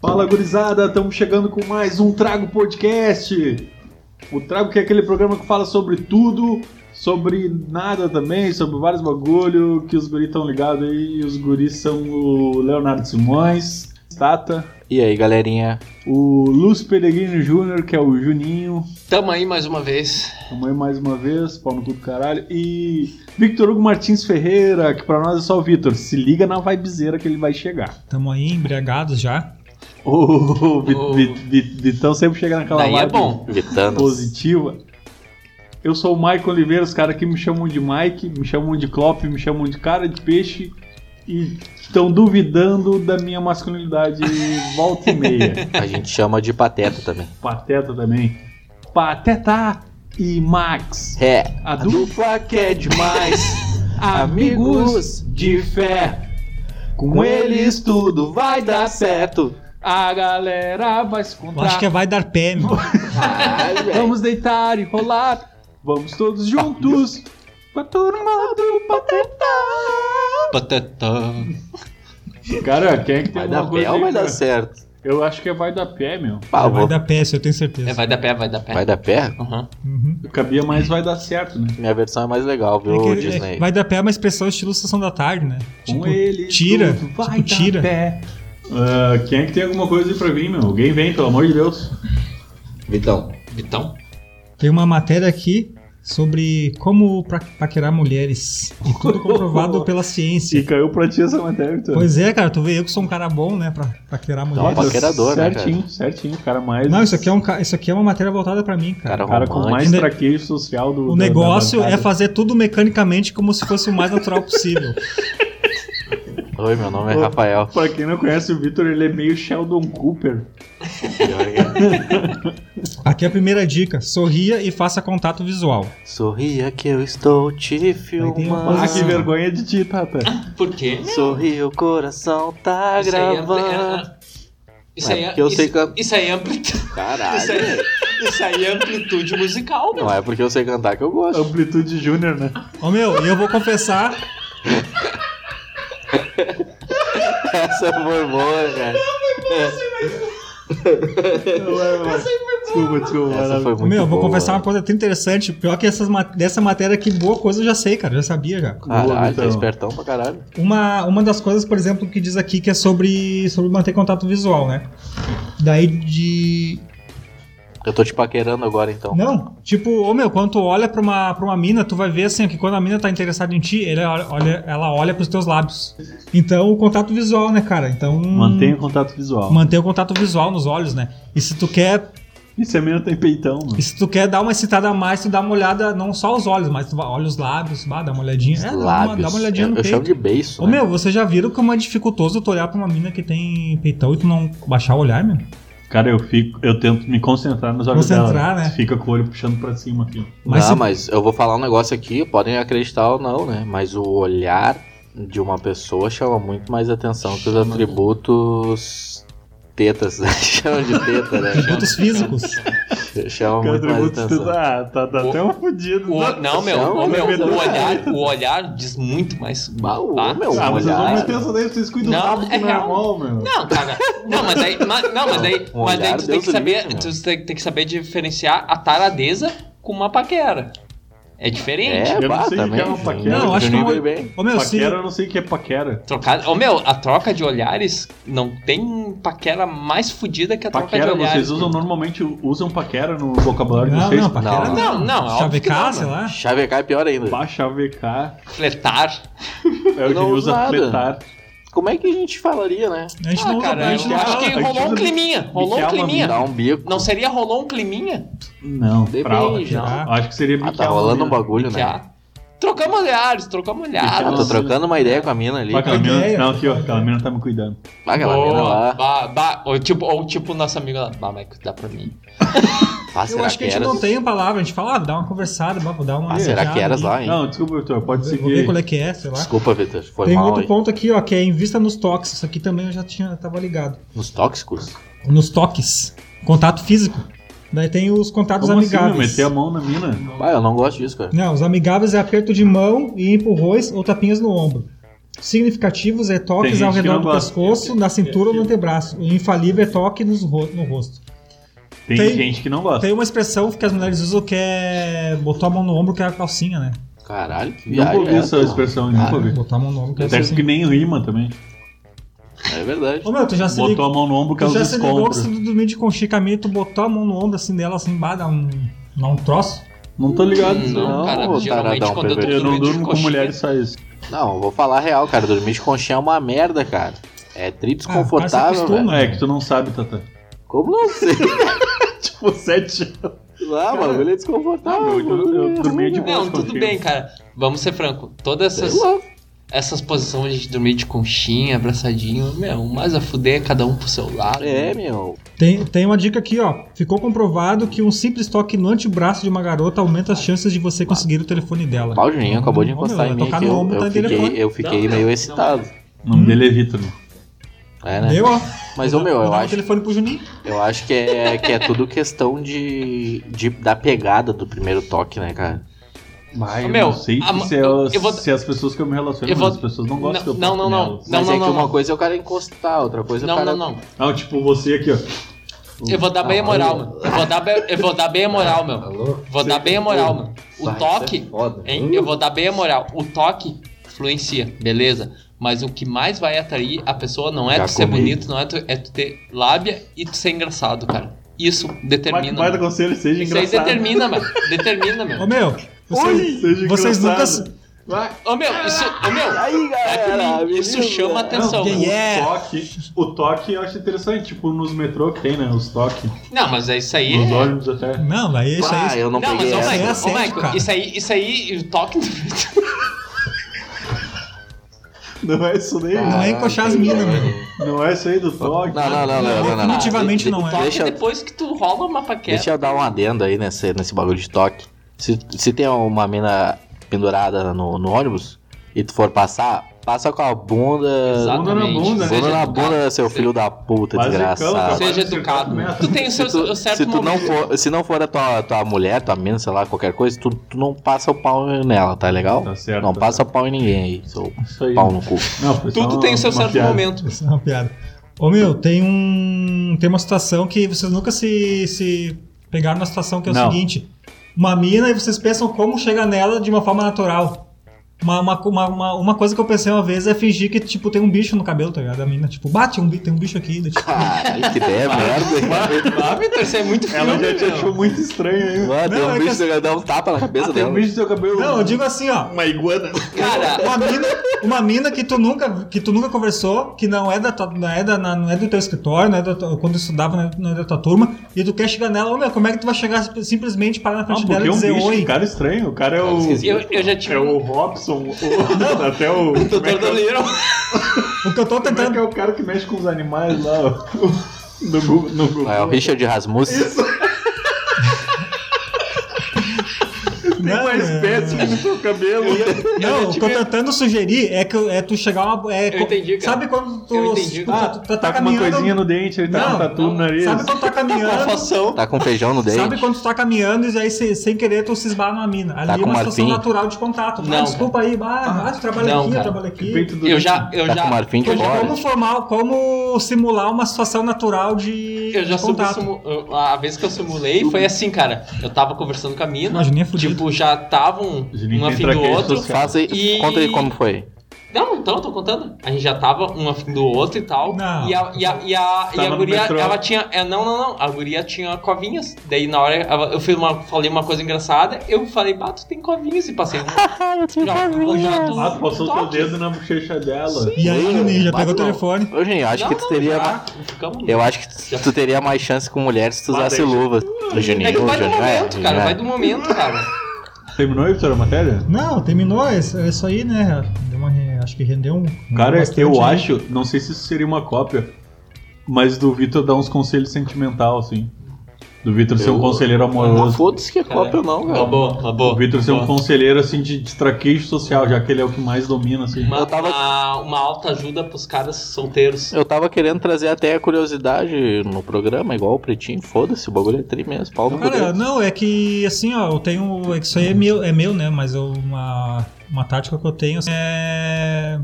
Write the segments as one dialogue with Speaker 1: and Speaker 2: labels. Speaker 1: Fala gurizada, estamos chegando com mais um Trago Podcast. O Trago que é aquele programa que fala sobre tudo, sobre nada também, sobre vários bagulho que os guris estão ligados aí. E os guris são o Leonardo Simões, Tata,
Speaker 2: E aí, galerinha?
Speaker 1: o Lúcio Peregrino Júnior, que é o Juninho,
Speaker 3: Tamo aí mais uma vez.
Speaker 1: Amanhã mais uma vez, pau no cu do caralho. E Victor Hugo Martins Ferreira, que pra nós é só o Victor. Se liga na vibezeira que ele vai chegar.
Speaker 4: Tamo aí embriagados já.
Speaker 1: Ô, ô, ô, Vi-
Speaker 3: Ô.
Speaker 1: Vi- Vi- Vitão sempre chega naquela
Speaker 3: Daí é
Speaker 1: vibe
Speaker 3: bom.
Speaker 2: Vitanos.
Speaker 1: positiva. Eu sou o Mike Oliveira, os caras que me chamam de Mike, me chamam de Klopp, me chamam de cara de peixe e estão duvidando da minha masculinidade volta e meia.
Speaker 2: A gente chama de pateta também.
Speaker 1: Pateta também. Pateta e Max.
Speaker 2: É.
Speaker 1: A dupla
Speaker 2: que é demais.
Speaker 1: Amigos de fé, com eles
Speaker 2: tudo vai dar certo.
Speaker 1: a galera vai se
Speaker 4: Eu acho
Speaker 1: encontrar.
Speaker 4: que é vai dar pé, meu.
Speaker 1: Vamos deitar e rolar, vamos todos juntos. Com a turma do Pateta.
Speaker 3: Patatá.
Speaker 1: Cara, quem é que tem
Speaker 2: Vai
Speaker 1: alguma
Speaker 2: dar
Speaker 1: coisa
Speaker 2: pé
Speaker 1: aí,
Speaker 2: ou vai dar
Speaker 1: cara?
Speaker 2: certo?
Speaker 1: Eu acho que é vai dar pé, meu.
Speaker 2: Ah,
Speaker 4: né? vai
Speaker 2: vou-
Speaker 4: dar pé, se eu tenho certeza.
Speaker 3: É, vai dar pé, vai dar pé.
Speaker 2: Vai dar pé?
Speaker 3: Uhum.
Speaker 4: Uhum.
Speaker 1: Cabia mais vai dar certo, né?
Speaker 2: Minha versão é mais legal,
Speaker 4: É
Speaker 2: viu,
Speaker 4: que- é,
Speaker 2: Disney?
Speaker 4: vai dar pé é uma expressão estilo sessão da tarde, né?
Speaker 1: com eles
Speaker 4: tira.
Speaker 1: tudo vai
Speaker 4: tipo,
Speaker 1: dar
Speaker 4: tira.
Speaker 1: pé. Ah, quem é que tem alguma coisa aí pra mim, meu? Alguém vem, pelo amor de Deus.
Speaker 2: Vitão.
Speaker 3: Vitão?
Speaker 4: Tem uma matéria aqui sobre como pra- paquerar mulheres. E tudo comprovado pela
Speaker 1: E
Speaker 4: ciência.
Speaker 1: caiu pra ti essa matéria, Vitor.
Speaker 4: Pois é, cara, tu vê eu que sou um cara bom, né, pra paquerar
Speaker 2: Não,
Speaker 4: mulheres.
Speaker 2: mas- paquerador, né,
Speaker 1: certinho, Certinho, é. cara mais.
Speaker 4: Não, isso aqui é, um, ca- isso aqui é uma matéria voltada pra mim, cara.
Speaker 2: Cara,
Speaker 1: O cara com mais
Speaker 4: Romântico.
Speaker 1: traquejo social do.
Speaker 4: o
Speaker 1: da- da
Speaker 4: negócio é
Speaker 1: bancada.
Speaker 4: fazer tudo mecanicamente como se fosse o mais natural possível.
Speaker 2: Oi, meu nome é
Speaker 1: Ô.
Speaker 2: Rafael.
Speaker 1: Pra quem não conhece o Victor, ele é meio Sheldon Cooper.
Speaker 4: Aqui é a primeira dica: sorria e faça contato visual.
Speaker 2: Sorria que eu estou te filmando.
Speaker 4: Ah.
Speaker 1: Ah, que vergonha de ti, Tata.
Speaker 3: Por quê?
Speaker 2: Sorri, o coração tá
Speaker 3: Isso aí é ampli-
Speaker 2: gravando.
Speaker 3: é- Isso aí
Speaker 2: É
Speaker 3: é.
Speaker 2: porque eu sei
Speaker 3: isso-
Speaker 2: can-
Speaker 3: Isso aí é amplitude. Isso aí,
Speaker 2: Caralho.
Speaker 3: isso aí é amplitude musical, meu.
Speaker 2: Não é porque eu sei cantar que eu gosto.
Speaker 1: Amplitude Júnior, né?
Speaker 4: Ô meu, e eu vou confessar,
Speaker 2: Essa foi boa, cara.
Speaker 1: Desculpa, desculpa.
Speaker 2: Essa
Speaker 1: vai lá.
Speaker 2: foi muito
Speaker 4: meu, eu vou
Speaker 2: boa.
Speaker 4: confessar uma coisa até interessante. Pior que essas, ma- dessa matéria aqui, boa coisa eu já sei, cara, já sabia já.
Speaker 1: Boa,
Speaker 2: Caralho, tá
Speaker 1: Vitão.
Speaker 2: espertão pra caralho.
Speaker 4: Uma, uma das coisas, por exemplo, que diz aqui que é sobre, sobre manter contato visual, né? Daí de.
Speaker 2: Eu tô te paquerando agora, então.
Speaker 4: Não, tipo, ô meu, quando tu olha pra uma, pra uma mina, tu vai ver assim, que quando a mina tá interessada em ti, ela olha, olha- ela olha pros teus lábios. Então, o contato visual, né, cara? Então.
Speaker 1: Mantenha contato visual.
Speaker 4: Manter o contato visual nos olhos, né? E se tu quer
Speaker 1: E se a mina é tem peitão, mano?
Speaker 4: E se tu quer dar uma excitada a mais, tu dá uma olhada, não só os olhos, mas tu vai- olha os lábios, bah, dá uma olhadinha. É, dá uma,
Speaker 2: Lábios.
Speaker 4: dá uma olhadinha
Speaker 2: eu,
Speaker 4: no
Speaker 2: eu chamo
Speaker 4: peito.
Speaker 2: de beiço.
Speaker 4: Ô
Speaker 2: né?
Speaker 4: meu, vocês já viram como é dificultoso tu olhar pra uma mina que tem peitão e tu não baixar o olhar, meu?
Speaker 1: Cara, eu fico. Eu tento me concentrar nos olhos dela.
Speaker 4: Concentrar, né?
Speaker 1: Fica com o olho puxando pra cima aqui.
Speaker 4: Mas
Speaker 2: não,
Speaker 4: se-
Speaker 2: mas eu vou falar um negócio aqui, podem acreditar ou não, né? Mas o olhar de uma pessoa chama muito mais atenção que os atributos tetas, né? Chama de teta, né?
Speaker 4: Atributos físicos.
Speaker 2: Chama- Chama
Speaker 1: Cara,
Speaker 2: muito mais atenção.
Speaker 1: ah, tá, tá
Speaker 3: O-
Speaker 1: até um fudido.
Speaker 3: O-
Speaker 1: né?
Speaker 3: não, meu,
Speaker 2: Não,
Speaker 3: o, meu
Speaker 1: não.
Speaker 3: o, olhar, o olhar diz muito mais.
Speaker 2: Bah, o
Speaker 3: Tá?
Speaker 2: meu,
Speaker 1: Ah,
Speaker 2: um
Speaker 1: mas vocês vão
Speaker 2: olhar.
Speaker 1: meter essa daí, vocês cuidam do
Speaker 3: Não,
Speaker 1: rabo que
Speaker 3: é
Speaker 1: não é
Speaker 3: real.
Speaker 1: mol, meu.
Speaker 3: Não, cara. Não, mas aí. Mas, não, mas aí,
Speaker 2: Um
Speaker 3: mas aí
Speaker 2: olhar,
Speaker 3: tu tem
Speaker 2: Deus
Speaker 3: que saber.
Speaker 2: livre, meu.
Speaker 3: tu tem, tem que saber diferenciar a taradeza com uma paquera. É diferente.
Speaker 2: É,
Speaker 1: Eu
Speaker 2: bah,
Speaker 1: não sei o que
Speaker 2: também.
Speaker 1: é uma paquera.
Speaker 4: Não, acho que
Speaker 2: Juninho
Speaker 4: é uma-
Speaker 2: foi bem.
Speaker 4: Ô meu, se,
Speaker 1: Paquera, eu não sei o que é paquera.
Speaker 3: Trocar, ô meu, a troca de olhares não tem paquera mais fodida que a troca
Speaker 1: Paquera,
Speaker 3: de olhares.
Speaker 1: vocês usam normalmente, usam paquera no vocabulário de
Speaker 4: Não,
Speaker 1: vocês?
Speaker 4: não, paquera
Speaker 2: Não,
Speaker 3: não, não, óbvio que não,
Speaker 4: Chavecar, sei
Speaker 3: mano.
Speaker 4: lá.
Speaker 2: Chavecar é pior ainda.
Speaker 1: Tipo, Baixa VK,
Speaker 3: Fletar.
Speaker 1: é o que
Speaker 2: Não uso
Speaker 1: usa
Speaker 2: nada.
Speaker 1: fletar.
Speaker 2: Como é que a gente falaria, né?
Speaker 4: A gente
Speaker 3: Ah,
Speaker 4: não usa
Speaker 3: cara,
Speaker 4: a
Speaker 3: eu
Speaker 4: gente não
Speaker 3: acho
Speaker 4: fala.
Speaker 3: que
Speaker 1: A gente
Speaker 3: rolou um
Speaker 1: usa-
Speaker 3: climinha. Rolou um
Speaker 1: Biquel, uma
Speaker 3: climinha.
Speaker 2: Dá um bico.
Speaker 3: Não seria rolou um climinha?
Speaker 1: Não,
Speaker 2: Depende,
Speaker 1: fralda.
Speaker 4: não.
Speaker 1: Acho que é seria
Speaker 2: Ah,
Speaker 1: biquel.
Speaker 2: tá rolando um bagulho,
Speaker 3: Que
Speaker 2: né?
Speaker 3: a-
Speaker 1: é.
Speaker 3: Trocamos olhares, trocamos
Speaker 2: Ah,
Speaker 1: Biquel.
Speaker 3: olhares.
Speaker 2: tô trocando uma ideia com a mina ali.
Speaker 1: Olha aquela mina,
Speaker 4: Ideia,
Speaker 1: não, aqui, ó,
Speaker 4: ideia.
Speaker 1: aquela mina tá me cuidando.
Speaker 2: Ah, Aquela mina
Speaker 3: Boa,
Speaker 2: lá.
Speaker 3: bah, bah, ou tipo, ou tipo nosso amigo lá, bah, Mike, dá pra mim.
Speaker 2: Ah,
Speaker 4: Eu
Speaker 2: será
Speaker 4: acho que a
Speaker 2: que
Speaker 4: gente não
Speaker 2: eras?
Speaker 4: tem um a palavra, a gente fala, ah, dá uma conversada, bah, vou dar uma.
Speaker 2: Ah, será que
Speaker 4: olhada
Speaker 2: eras
Speaker 4: ali.
Speaker 2: lá, hein?
Speaker 1: Não, desculpa, Vitor, pode
Speaker 4: Eu Vou ver
Speaker 1: seguir.
Speaker 4: qual é que é, sei lá.
Speaker 2: Desculpa, Vitor. Foi
Speaker 4: Tem
Speaker 2: mal
Speaker 4: outro
Speaker 2: aí.
Speaker 4: ponto aqui, ó, que é em vista nos toques. Isso aqui também eu já tinha, tava ligado.
Speaker 2: Nos tóxicos?
Speaker 4: nos toques, contato físico. Daí tem os contatos
Speaker 1: Como assim, meu?
Speaker 4: amigáveis.
Speaker 1: meter a mão na mina?
Speaker 2: Ah, eu não gosto disso, cara.
Speaker 4: Não, os amigáveis é aperto de mão e empurrões ou tapinhas no ombro. significativos é toques
Speaker 1: gente
Speaker 4: ao
Speaker 1: que
Speaker 4: redor
Speaker 1: não
Speaker 4: do
Speaker 1: gosta.
Speaker 4: pescoço, da cintura ou no antebraço. O infalível é toque nos ro- no rosto.
Speaker 1: Tem,
Speaker 4: Tem-
Speaker 1: gente que não gosta.
Speaker 4: Tem uma expressão que as mulheres usam que é botar a mão no ombro que é a calcinha, né?
Speaker 2: Caralho, que
Speaker 1: Nunca
Speaker 2: viagem.
Speaker 1: ouvi
Speaker 2: é
Speaker 1: essa
Speaker 2: mano?
Speaker 1: expressão,
Speaker 2: Ah,
Speaker 1: nunca ouvi.
Speaker 4: Botar a mão no ombro que é a
Speaker 1: Até
Speaker 4: calcinha.
Speaker 1: porque nem rima também.
Speaker 2: É verdade.
Speaker 4: Ô meu, tu já se
Speaker 1: Botou
Speaker 4: ligou,
Speaker 1: a mão no ombro que é
Speaker 4: tu
Speaker 1: os
Speaker 4: já se ligou que
Speaker 1: descontos.
Speaker 4: se tu dormir de conchinha minha, tu botar a mão no ombro assim dela, assim, bah, dá um, dá um troço.
Speaker 1: Não tô ligado. nisso,
Speaker 2: Não,
Speaker 1: Não,
Speaker 3: cara,
Speaker 2: ô,
Speaker 3: geralmente
Speaker 2: taradão
Speaker 3: quando eu tô
Speaker 2: pervertido.
Speaker 1: eu não
Speaker 3: dormindo de
Speaker 1: durmo com
Speaker 3: coxinha-
Speaker 1: mulheres só isso.
Speaker 2: Não, vou falar a real, cara. Dormir de conchinha é uma merda, cara. É tri
Speaker 4: Ah,
Speaker 2: desconfortável,
Speaker 4: cara, se
Speaker 2: velho.
Speaker 4: acostuma.
Speaker 1: É que tu não sabe, Tata.
Speaker 2: Como não sei?
Speaker 1: Tipo, sete
Speaker 2: Lá,
Speaker 1: Cara,
Speaker 2: mano, ele é desconfortável.
Speaker 4: Ah,
Speaker 1: não, eu- eu- eu
Speaker 2: mano.
Speaker 1: dormia de-
Speaker 3: Não, tudo
Speaker 1: Confio.
Speaker 3: bem, cara. Vamos ser franco. Todas
Speaker 2: Sei
Speaker 3: essas,
Speaker 2: lá.
Speaker 3: essas posições de dormir de conchinha, abraçadinho, meu, mais a fuder cada um pro seu lado.
Speaker 2: É, meu.
Speaker 4: Tem, tem uma dica aqui, ó. Ficou comprovado que um simples toque no antebraço de uma garota aumenta as chances de você conseguir o telefone dela.
Speaker 2: O Juninho acabou de
Speaker 4: Ô, meu,
Speaker 2: encostar em
Speaker 4: vai
Speaker 2: mim
Speaker 4: tocar
Speaker 2: aqui.
Speaker 4: no
Speaker 2: Eu,
Speaker 4: ombro,
Speaker 2: eu
Speaker 4: tá em telefone.
Speaker 2: fiquei, eu fiquei meio excitado.
Speaker 1: O nome
Speaker 4: Hum.
Speaker 1: dele é Vitor. né?
Speaker 2: É, né?
Speaker 4: Deu, ó.
Speaker 2: Mas, ô, meu,
Speaker 4: Vou
Speaker 2: eu
Speaker 4: dar o
Speaker 2: acho,
Speaker 4: telefone pro Juninho.
Speaker 2: eu acho que é, que é tudo questão de, de da pegada do primeiro toque, né, cara?
Speaker 1: Mas eu
Speaker 3: Meu,
Speaker 1: não sei
Speaker 3: a-
Speaker 1: se, elas-
Speaker 3: eu vou-
Speaker 1: se as pessoas que eu me relaciono,
Speaker 3: eu vou-
Speaker 1: mas as pessoas não gostam
Speaker 3: Não,
Speaker 1: que eu
Speaker 3: não,
Speaker 1: toque
Speaker 3: não, não.
Speaker 1: nelas.
Speaker 2: Mas é que
Speaker 3: não,
Speaker 2: uma
Speaker 3: não.
Speaker 2: coisa é o cara encostar, outra coisa é o
Speaker 3: Não,
Speaker 2: cara. Ah,
Speaker 3: não, não.
Speaker 1: Não, tipo, você aqui, ó.
Speaker 3: Eu vou dar bem a moral, mano. Eu vou dar bem, eu vou dar bem a moral, meu.
Speaker 2: Alô?
Speaker 3: Vou dar bem a moral, mano. O
Speaker 2: Vai, isso é
Speaker 3: toque,
Speaker 2: foda.
Speaker 3: hein? Eu vou dar bem a moral. O toque influencia, beleza? Mas o que mais vai atrair a pessoa não é
Speaker 2: Já
Speaker 3: tu ser
Speaker 2: comi.
Speaker 3: bonito, não é tu, é tu ter lábia e tu ser engraçado, cara. Isso determina.
Speaker 1: Mas mais do
Speaker 3: mano.
Speaker 1: conselho, seja
Speaker 3: Isso aí
Speaker 1: engraçado.
Speaker 3: determina, mano. Determina,
Speaker 4: Ô,
Speaker 3: meu.
Speaker 4: meu. Vocês,
Speaker 1: Seja
Speaker 4: vocês nunca...
Speaker 1: engraçado.
Speaker 4: se-
Speaker 1: Vai.
Speaker 3: Ô, meu, isso. Ô, meu.
Speaker 2: Aí,
Speaker 3: É
Speaker 2: galera,
Speaker 3: que isso
Speaker 2: beleza?
Speaker 3: chama atenção.
Speaker 4: Não, yeah, yeah.
Speaker 1: O toque, o toque eu acho interessante, tipo nos metrô que tem, né? Os toques.
Speaker 3: Não, mas é isso aí.
Speaker 1: Nos
Speaker 3: é-
Speaker 1: ônibus até.
Speaker 4: Não, daí isso
Speaker 2: Ah,
Speaker 4: aí.
Speaker 2: eu não,
Speaker 3: Não, mas
Speaker 2: peguei
Speaker 3: ô,
Speaker 2: essa.
Speaker 4: é
Speaker 3: Michael, ô,
Speaker 4: assédio,
Speaker 3: Michael,
Speaker 4: cara.
Speaker 3: isso aí, isso aí, o toque.
Speaker 1: Não é isso
Speaker 3: Tá.
Speaker 1: daí.
Speaker 4: Não é encoxar as minas, meu.
Speaker 1: Não é isso aí do toque.
Speaker 2: Não, não, não, não, não, não.
Speaker 4: Definitivamente
Speaker 2: De- de-
Speaker 4: não é.
Speaker 3: Toque
Speaker 2: Deixa,
Speaker 3: depois que tu rola uma paquera.
Speaker 2: deixa eu dar um adendo aí nesse, nesse bagulho de toque. Se, se tem uma mina pendurada no, no ônibus e tu for passar, passa com a bunda.
Speaker 1: Bunda na
Speaker 3: Exatamente.
Speaker 1: bunda, né?
Speaker 3: Seja
Speaker 2: Bunda na
Speaker 3: educado,
Speaker 2: bunda, seu
Speaker 3: se-
Speaker 2: filho da puta,
Speaker 1: Basicão,
Speaker 2: desgraçado.
Speaker 1: cara.
Speaker 3: Seja educado. Tu tem o seu
Speaker 2: Se tu,
Speaker 3: o certo
Speaker 2: se tu não
Speaker 3: momento.
Speaker 2: for, se não for a tua, tua mulher, tua mina, sei lá, qualquer coisa, tu, tu não passa o pau nela, tá legal?
Speaker 1: Tá certo.
Speaker 2: não
Speaker 1: tá
Speaker 2: passa pau em ninguém aí, seu
Speaker 1: certo. isso aí.
Speaker 2: pau no cu.
Speaker 1: Não, foi só
Speaker 3: Tudo
Speaker 1: uma-
Speaker 3: tem o seu
Speaker 1: uma
Speaker 3: certo
Speaker 1: piada.
Speaker 3: momento.
Speaker 4: Isso é uma piada. Ô, meu, tem um. Tem uma situação que vocês nunca se, se pegaram na situação que é o
Speaker 1: Não.
Speaker 4: seguinte: uma mina e vocês pensam como chegar nela de uma forma natural. Uma, uma, uma, uma, uma coisa que eu pensei uma vez é fingir que, tipo, tem um bicho no cabelo, tá ligado? A mina, tipo, bate, um, bi- tem um bicho aqui. daí, tipo,
Speaker 2: Caralho, que ideia merda.
Speaker 3: Ah, Vitor, isso é muito filme,
Speaker 1: Ela já te
Speaker 3: meu.
Speaker 1: achou muito estranho aí.
Speaker 2: Mano, tem
Speaker 4: Não, é
Speaker 2: um
Speaker 4: que
Speaker 2: bicho que dá um tapa na cabeça
Speaker 1: Tem um
Speaker 2: dela.
Speaker 1: bicho no seu cabelo. é
Speaker 4: não, eu digo assim, ó.
Speaker 1: Uma iguana.
Speaker 3: Cara,
Speaker 4: Uma mina, uma mina que tu nunca que tu nunca conversou, que não é da tua- não é da, não é do teu escritório, não é da tua- quando estudava não é, não é da tua turma, e tu quer chegar nela, ô meu, como é que tu vai chegar simplesmente parar na
Speaker 1: Ah,
Speaker 4: frente
Speaker 1: porque
Speaker 4: dela
Speaker 1: é
Speaker 4: e
Speaker 1: um
Speaker 4: dizer
Speaker 1: bicho,
Speaker 4: oi?
Speaker 1: cara estranho. O cara é
Speaker 2: Cara
Speaker 1: o.
Speaker 2: esquisito.
Speaker 3: eu, eu já tive.
Speaker 1: É o Robson. o- Até o.
Speaker 3: Doutor
Speaker 1: como é que é o-
Speaker 3: Dolittle.
Speaker 4: O que eu tô
Speaker 1: Como é que
Speaker 4: tentando,
Speaker 1: é o cara que mexe com os animais lá? ó? No Google. No Google.
Speaker 2: É o Richard Rasmussen.
Speaker 1: Tem
Speaker 4: Não,
Speaker 1: uma
Speaker 4: é-
Speaker 1: espécie no seu cabelo.
Speaker 4: não, o que eu tô tentando sugerir é que eu- é tu chegar uma é,
Speaker 3: Eu
Speaker 4: co-
Speaker 3: entendi, cara.
Speaker 4: Sabe quando tu,
Speaker 3: Eu entendi,
Speaker 4: tu-
Speaker 1: Ah,
Speaker 4: tu- tu
Speaker 1: tá com uma coisinha no dente, ele tá
Speaker 4: Não,
Speaker 1: com tatu no
Speaker 3: não.
Speaker 1: nariz.
Speaker 4: Sabe quando tu tá
Speaker 3: Uma
Speaker 4: caminhando?
Speaker 3: fação.
Speaker 2: Tá com feijão no dente.
Speaker 4: Sabe quando tu tá caminhando e aí se- sem querer tu se esbarra numa mina? Ali
Speaker 2: Tá
Speaker 4: é
Speaker 2: com
Speaker 4: uma situação
Speaker 2: marfim?
Speaker 4: natural de contato. Ah,
Speaker 3: Não,
Speaker 4: desculpa aí, ah, ah, tu trabalha
Speaker 3: Não,
Speaker 4: aqui, eu
Speaker 3: cara.
Speaker 4: trabalho aqui.
Speaker 1: Peito do
Speaker 3: Eu já, eu
Speaker 2: tá
Speaker 3: já.
Speaker 2: com marfim de
Speaker 4: Como,
Speaker 2: fora.
Speaker 4: como formar, como simular uma situação natural de,
Speaker 3: Eu já
Speaker 4: de contato.
Speaker 3: simu- eu- A vez que eu simulei foi assim, cara. Eu tava conversando com a mina.
Speaker 4: Imagina, é fudido.
Speaker 3: Tipo, já tava um,
Speaker 1: Juninho
Speaker 3: um
Speaker 1: tem
Speaker 3: afim do
Speaker 1: traquejo
Speaker 3: outro.
Speaker 1: social.
Speaker 2: Faz aí,
Speaker 3: E-
Speaker 2: conta aí como foi.
Speaker 3: Não, então, eu tô contando. A gente já tava um afim do outro e tal.
Speaker 4: Não.
Speaker 3: E a, e a, e a, e
Speaker 1: Tava
Speaker 3: a
Speaker 1: no
Speaker 3: guria,
Speaker 1: metrô.
Speaker 3: ela tinha. é, não, não, não. A guria tinha covinhas. Daí na hora ela- eu fiz uma, falei uma coisa engraçada. Eu falei, bah, tu tem covinhas e passei. um
Speaker 2: eu
Speaker 3: Já- já tô-
Speaker 1: Ah, tu passou teu
Speaker 3: "Ah, toque.
Speaker 1: dedo na bochecha dela.
Speaker 4: E aí, Juninho, já
Speaker 2: Bate
Speaker 4: pegou o
Speaker 2: não.
Speaker 4: telefone.
Speaker 2: Ô, Juninho, eu acho
Speaker 3: Não,
Speaker 2: que tu
Speaker 3: não,
Speaker 2: teria.
Speaker 3: já
Speaker 2: ma-
Speaker 3: ficamos-
Speaker 2: Eu acho que tu- tu teria mais chance com mulher se tu usasse
Speaker 1: Bate aí,
Speaker 2: luvas. O Juninho,
Speaker 3: É que vai do
Speaker 2: Juninho, é,
Speaker 3: momento, cara.
Speaker 2: Juninho, é.
Speaker 3: Vai do momento, cara.
Speaker 1: Terminou, Vitor, a matéria?
Speaker 4: Não, terminou, é isso é isso aí, né? Deu uma re- acho que rendeu um. rendeu
Speaker 1: Cara,
Speaker 4: bastante,
Speaker 1: eu
Speaker 4: né?
Speaker 1: acho, não sei se isso seria uma cópia, mas do Vitor dar uns conselhos sentimental, assim. Do Vitor ser um
Speaker 2: Eu-
Speaker 1: conselheiro
Speaker 2: Ah,
Speaker 1: amoroso.
Speaker 2: Foda-se que é cópia, não,
Speaker 3: Uma
Speaker 2: cara.
Speaker 3: boa, uma boa.
Speaker 1: O Vitor ser um
Speaker 3: Boa.
Speaker 1: conselheiro, assim, de, de traquejo social, já que ele é o que mais domina, assim.
Speaker 3: uma,
Speaker 2: Eu tava-
Speaker 3: uma, uma alta ajuda pros caras solteiros.
Speaker 2: Eu tava querendo trazer até a curiosidade no programa, igual o Pretinho. Foda-se, o bagulho é tri mesmo. Pau no cu
Speaker 4: Cara,
Speaker 2: dele.
Speaker 4: não, é que assim, ó, eu tenho. assim, é que Isso aí é meu, é meu né? Mas eu- uma, uma tática que eu tenho é.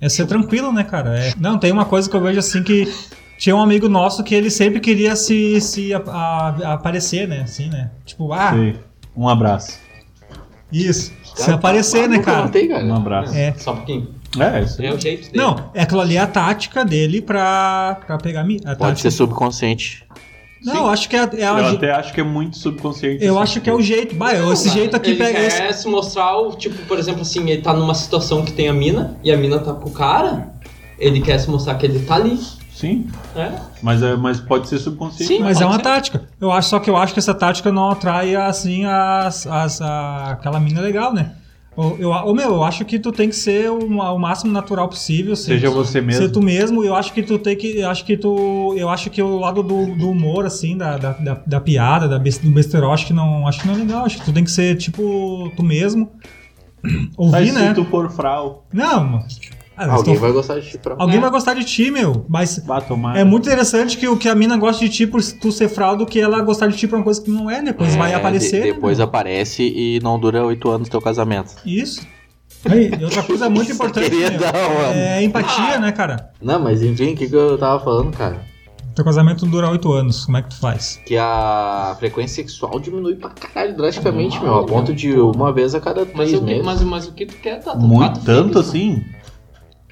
Speaker 4: É ser tranquilo, né, cara? É- Não, tem uma coisa que eu vejo assim que tinha um amigo nosso que ele sempre queria se, se a- a- aparecer, né? Assim, né? Tipo, ah,
Speaker 1: Sei. Um abraço.
Speaker 4: isso. Se
Speaker 2: Cara,
Speaker 4: aparecer, né,
Speaker 2: nunca
Speaker 4: cara?
Speaker 2: Tem, cara.
Speaker 1: Um abraço.
Speaker 4: É.
Speaker 3: Só um pouquinho.
Speaker 1: É, isso aí.
Speaker 3: É o jeito dele.
Speaker 4: Não, é aquilo ali é a tática dele pra, pra pegar mi- a
Speaker 2: Pode
Speaker 4: tática.
Speaker 2: ser subconsciente.
Speaker 4: Não, eu acho que é, a- é a-
Speaker 1: Eu até acho que é muito subconsciente.
Speaker 4: eu
Speaker 1: assim.
Speaker 4: acho que é o jeito. Bah,
Speaker 3: Não,
Speaker 4: esse
Speaker 3: cara,
Speaker 4: jeito aqui
Speaker 3: ele
Speaker 4: pega
Speaker 3: quer
Speaker 4: esse.
Speaker 3: se mostrar, o, tipo, por exemplo, assim, ele tá numa situação que tem a mina e a mina tá com o cara, ele quer se mostrar que ele tá ali,
Speaker 1: Sim,
Speaker 3: né?
Speaker 1: mas, é, mas pode ser subconsciente.
Speaker 3: Sim,
Speaker 4: Mas é
Speaker 3: Pode
Speaker 4: uma
Speaker 3: ser.
Speaker 4: tática. Eu acho só que eu acho que essa tática não atrai assim as, as- a- aquela mina legal, né? Eu, eu, ô, meu, eu acho que tu tem que ser o, ma- o máximo natural possível. ser-
Speaker 1: Seja você mesmo.
Speaker 4: Ser tu mesmo. Eu acho que tu tem que, eu acho que tu, eu acho que o lado do, do humor assim, da, da, da, da piada, da bes- do besterol, acho que não, acho que não é legal. Acho que tu tem que ser tipo tu mesmo.
Speaker 1: Mas
Speaker 4: Ouvir,
Speaker 1: se
Speaker 4: né?
Speaker 1: tu for frau,
Speaker 4: Não. mano. Ah, eles
Speaker 2: Alguém
Speaker 4: tão-
Speaker 2: vai gostar de chifrar.
Speaker 4: alguém vai gostar de ti, meu. Mas
Speaker 1: vá tomar.
Speaker 4: é muito interessante que o que a mina gosta de ti por tu ser fraude, que ela gostar de ti por uma coisa que não é, depois vai
Speaker 2: É,
Speaker 4: aparecer.
Speaker 2: de-
Speaker 4: né,
Speaker 2: depois
Speaker 4: meu?
Speaker 2: aparece e não dura oito anos teu casamento.
Speaker 4: Isso. Aí, e outra coisa muito
Speaker 2: Isso eu
Speaker 4: importante
Speaker 2: queria
Speaker 4: meu,
Speaker 2: dar, mano.
Speaker 4: é empatia, né, cara?
Speaker 2: Não, mas enfim, o que, que eu tava falando, cara?
Speaker 4: Teu casamento dura oito anos, como é que tu faz?
Speaker 2: Que a frequência sexual diminui pra caralho drasticamente, meu. A ponto de uma vez a cada
Speaker 3: Mas,
Speaker 2: três
Speaker 3: o que,
Speaker 2: meses.
Speaker 3: mas, mas o que tu quer, Tata?
Speaker 1: Muito,
Speaker 3: Quatro né?
Speaker 1: tanto
Speaker 3: filhos,
Speaker 1: assim?
Speaker 2: mas...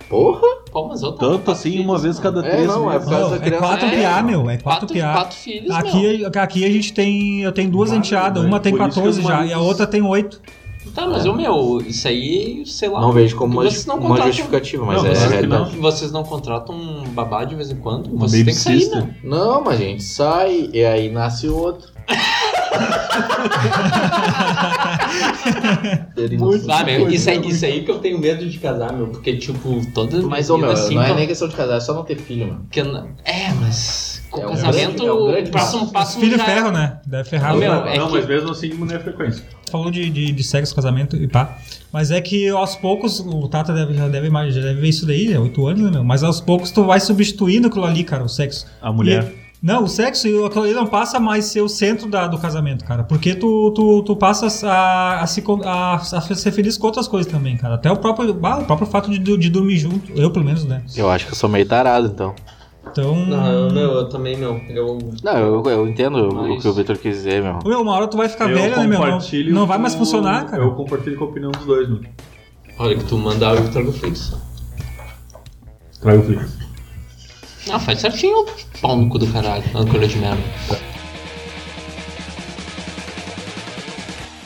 Speaker 2: Porra!
Speaker 3: mano. Pô, mas eu tava
Speaker 1: Tanto
Speaker 3: quatro
Speaker 1: assim,
Speaker 3: filhos,
Speaker 1: uma vez
Speaker 3: mano.
Speaker 1: cada
Speaker 2: É,
Speaker 1: três
Speaker 2: não, é
Speaker 1: meses.
Speaker 2: por causa
Speaker 4: Não,
Speaker 2: da
Speaker 4: é
Speaker 2: criança.
Speaker 4: quatro
Speaker 2: É,
Speaker 4: piá, meu, é quatro
Speaker 3: Quatro,
Speaker 4: piá.
Speaker 3: quatro filhos, meu.
Speaker 4: Aqui, aqui a gente tem, eu tenho duas
Speaker 1: Vale,
Speaker 4: enteadas,
Speaker 1: né?
Speaker 4: uma tem
Speaker 1: Por isso que
Speaker 4: 14
Speaker 1: os
Speaker 4: já e a
Speaker 1: maridos-
Speaker 4: outra tem oito. é-
Speaker 3: Tá, mas o meu, isso aí, sei lá.
Speaker 2: Não vejo como uma,
Speaker 3: Vocês não
Speaker 2: uma
Speaker 3: contratam-
Speaker 2: justificativa, mas
Speaker 1: Não,
Speaker 2: é a
Speaker 1: claro que
Speaker 2: realidade.
Speaker 3: Vocês não contratam um babá de vez em quando?
Speaker 1: Uma
Speaker 3: Vocês têm
Speaker 1: baby
Speaker 3: que sair,
Speaker 1: sister.
Speaker 3: né?
Speaker 2: Não, mas a gente sai e aí nasce outro. Ele não
Speaker 1: Muito
Speaker 3: Ah,
Speaker 2: sabe.
Speaker 3: meu, isso, aí, isso aí que eu tenho medo de casar, meu, porque, tipo, todas
Speaker 2: Mas, ô, meu,
Speaker 3: meninas, assim,
Speaker 2: não é
Speaker 3: tão-
Speaker 2: nem questão de casar, é só não ter filho, mano.
Speaker 3: que não- É, mas com
Speaker 2: É um
Speaker 3: casamento,
Speaker 2: grande- é um grande
Speaker 3: passa um passo
Speaker 4: Filho
Speaker 3: já-
Speaker 4: ferro, né? Deve ferrar.
Speaker 3: Não, meu,
Speaker 1: não,
Speaker 3: é que-
Speaker 1: mas mesmo assim diminui a frequência.
Speaker 4: falou de, de, de sexo, casamento e pá. Mas é que aos poucos, o Tata deve, já, deve, mais- já deve ver isso daí, é oito anos, né, meu? Mas aos poucos tu vai substituindo aquilo ali, cara, o sexo.
Speaker 1: A mulher.
Speaker 4: E- não, o sexo e aquilo ali não passa mais ser o centro da- do casamento, cara. Porque tu, tu, tu passa a, a, se, con- a, a ser feliz com outras coisas também, cara. Até o próprio, ah, o próprio fato de, du- de dormir junto, eu pelo menos, né?
Speaker 2: Eu acho que eu sou meio tarado, então.
Speaker 4: Então.
Speaker 3: Não, meu, eu também não. Eu...
Speaker 2: Não, eu, eu entendo o
Speaker 3: Mas-
Speaker 2: que o Vitor quis dizer, meu.
Speaker 4: Meu, uma hora tu vai ficar
Speaker 1: eu
Speaker 4: velho, né, meu? Não,
Speaker 1: compartilho
Speaker 4: não vai mais
Speaker 1: com-
Speaker 4: funcionar, cara.
Speaker 1: Eu compartilho com a opinião dos dois, mano.
Speaker 3: Olha que tu mandar eu trago fixo.
Speaker 1: Traga o Flix.
Speaker 3: Não, faz certinho, pau no cu do caralho, âncora de merda.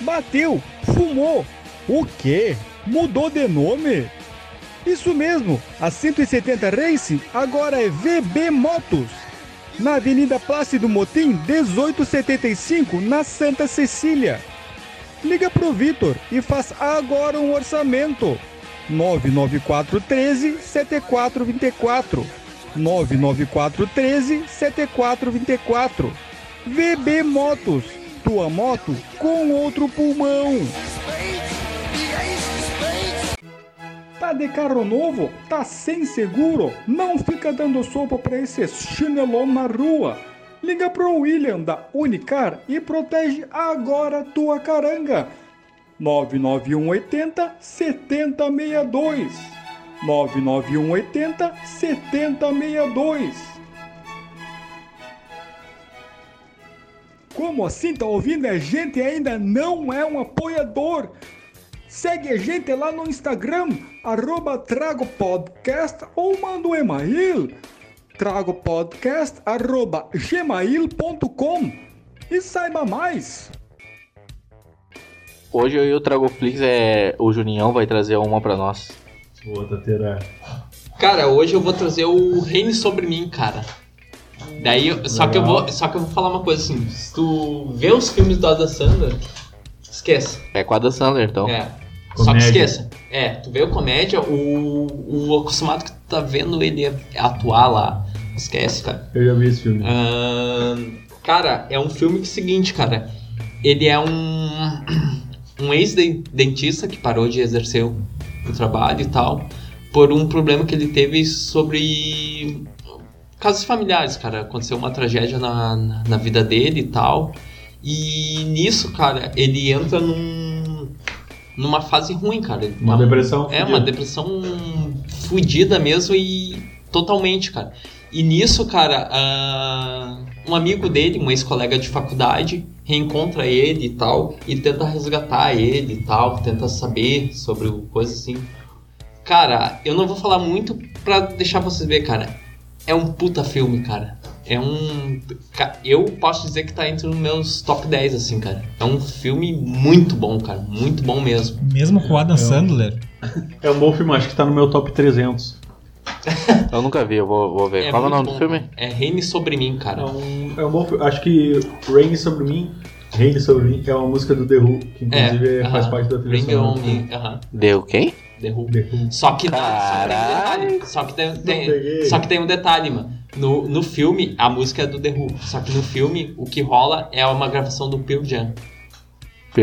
Speaker 5: Bateu, fumou. O quê? Mudou de nome? Isso mesmo, a 170 Racing agora é VB Motos. Na Avenida Plácido Motim, 1875, na Santa Cecília. Liga pro Vitor e faz agora um orçamento. 99413 7424. 99413 7424. VB Motos, tua moto com outro pulmão. Tá de carro novo? Tá sem seguro? Não fica dando sopa pra esse chinelão na rua. Liga pro William da Unicar e protege agora tua caranga. 99180 7062 99180 7062 Como assim tá ouvindo a gente e ainda não é um apoiador? Segue a gente lá no Instagram, arroba tragopodcast ou manda um e-mail, tragopodcast arroba gmail.com e saiba mais.
Speaker 2: Hoje eu e o Tragoflix é. O Junião vai trazer uma pra nós.
Speaker 1: Outra terá.
Speaker 3: Cara, hoje eu vou trazer o Reine sobre mim, cara. Daí, eu- só que eu vou, só que eu vou falar uma coisa assim, se tu vê os filmes do Adam Sandler, esquece.
Speaker 2: É com a Dan Sandler, então.
Speaker 3: É. Só que
Speaker 1: Comédia.
Speaker 3: esqueça. É, tu vê o comédia, o, o acostumado que tu tá vendo ele atuar lá, esquece, cara.
Speaker 1: Eu já vi esse filme.
Speaker 3: Ahn, cara, é um filme que é o seguinte, cara. Ele é um, um ex-dentista que parou de exercer o, o trabalho e tal, por um problema que ele teve sobre casos familiares, cara. Aconteceu uma tragédia na, na, na vida dele e tal. E nisso, cara, ele entra num, numa fase ruim, cara. Ele
Speaker 1: Uma
Speaker 3: tá-
Speaker 1: depressão.
Speaker 3: é,
Speaker 1: fodida.
Speaker 3: uma depressão fudida mesmo e totalmente, cara. E nisso, cara, ah, um amigo dele, um ex-colega de faculdade, reencontra ele e tal, e tenta resgatar ele e tal, tenta saber sobre o- coisa assim. Cara, eu não vou falar muito pra deixar vocês ver, cara. É um puta filme, cara. É um. ca- Eu posso dizer que tá entre os meus top 10, assim, cara. É um filme muito bom, cara. Muito bom mesmo.
Speaker 4: Mesmo com o Adam Sandler.
Speaker 1: É um bom filme, acho que tá no meu top 300.
Speaker 2: Eu nunca vi, eu vou, vou ver. Qual é o
Speaker 3: muito
Speaker 2: nome do
Speaker 3: bom.
Speaker 2: filme?
Speaker 3: É Reine Sobre Mim,
Speaker 1: É
Speaker 3: cara.
Speaker 1: um, é um bom filme. Acho que Rain Sobre Mim, Rain Sobre Mim, é uma música do The Who, que inclusive
Speaker 3: É,
Speaker 1: é,
Speaker 3: aham.
Speaker 1: faz parte da trilha
Speaker 3: Bring It On
Speaker 1: sonora.
Speaker 3: Me. Aham.
Speaker 2: Deu quem?
Speaker 3: The Who.
Speaker 1: The Who.
Speaker 3: Só que não,
Speaker 2: Caralho.
Speaker 3: só que tem um detalhe. Só que tem,
Speaker 1: peguei.
Speaker 3: tem, só que tem um detalhe, mano. No, no filme, a música é do The Who. Só que no filme, o que rola é uma gravação do Pearl Jam. É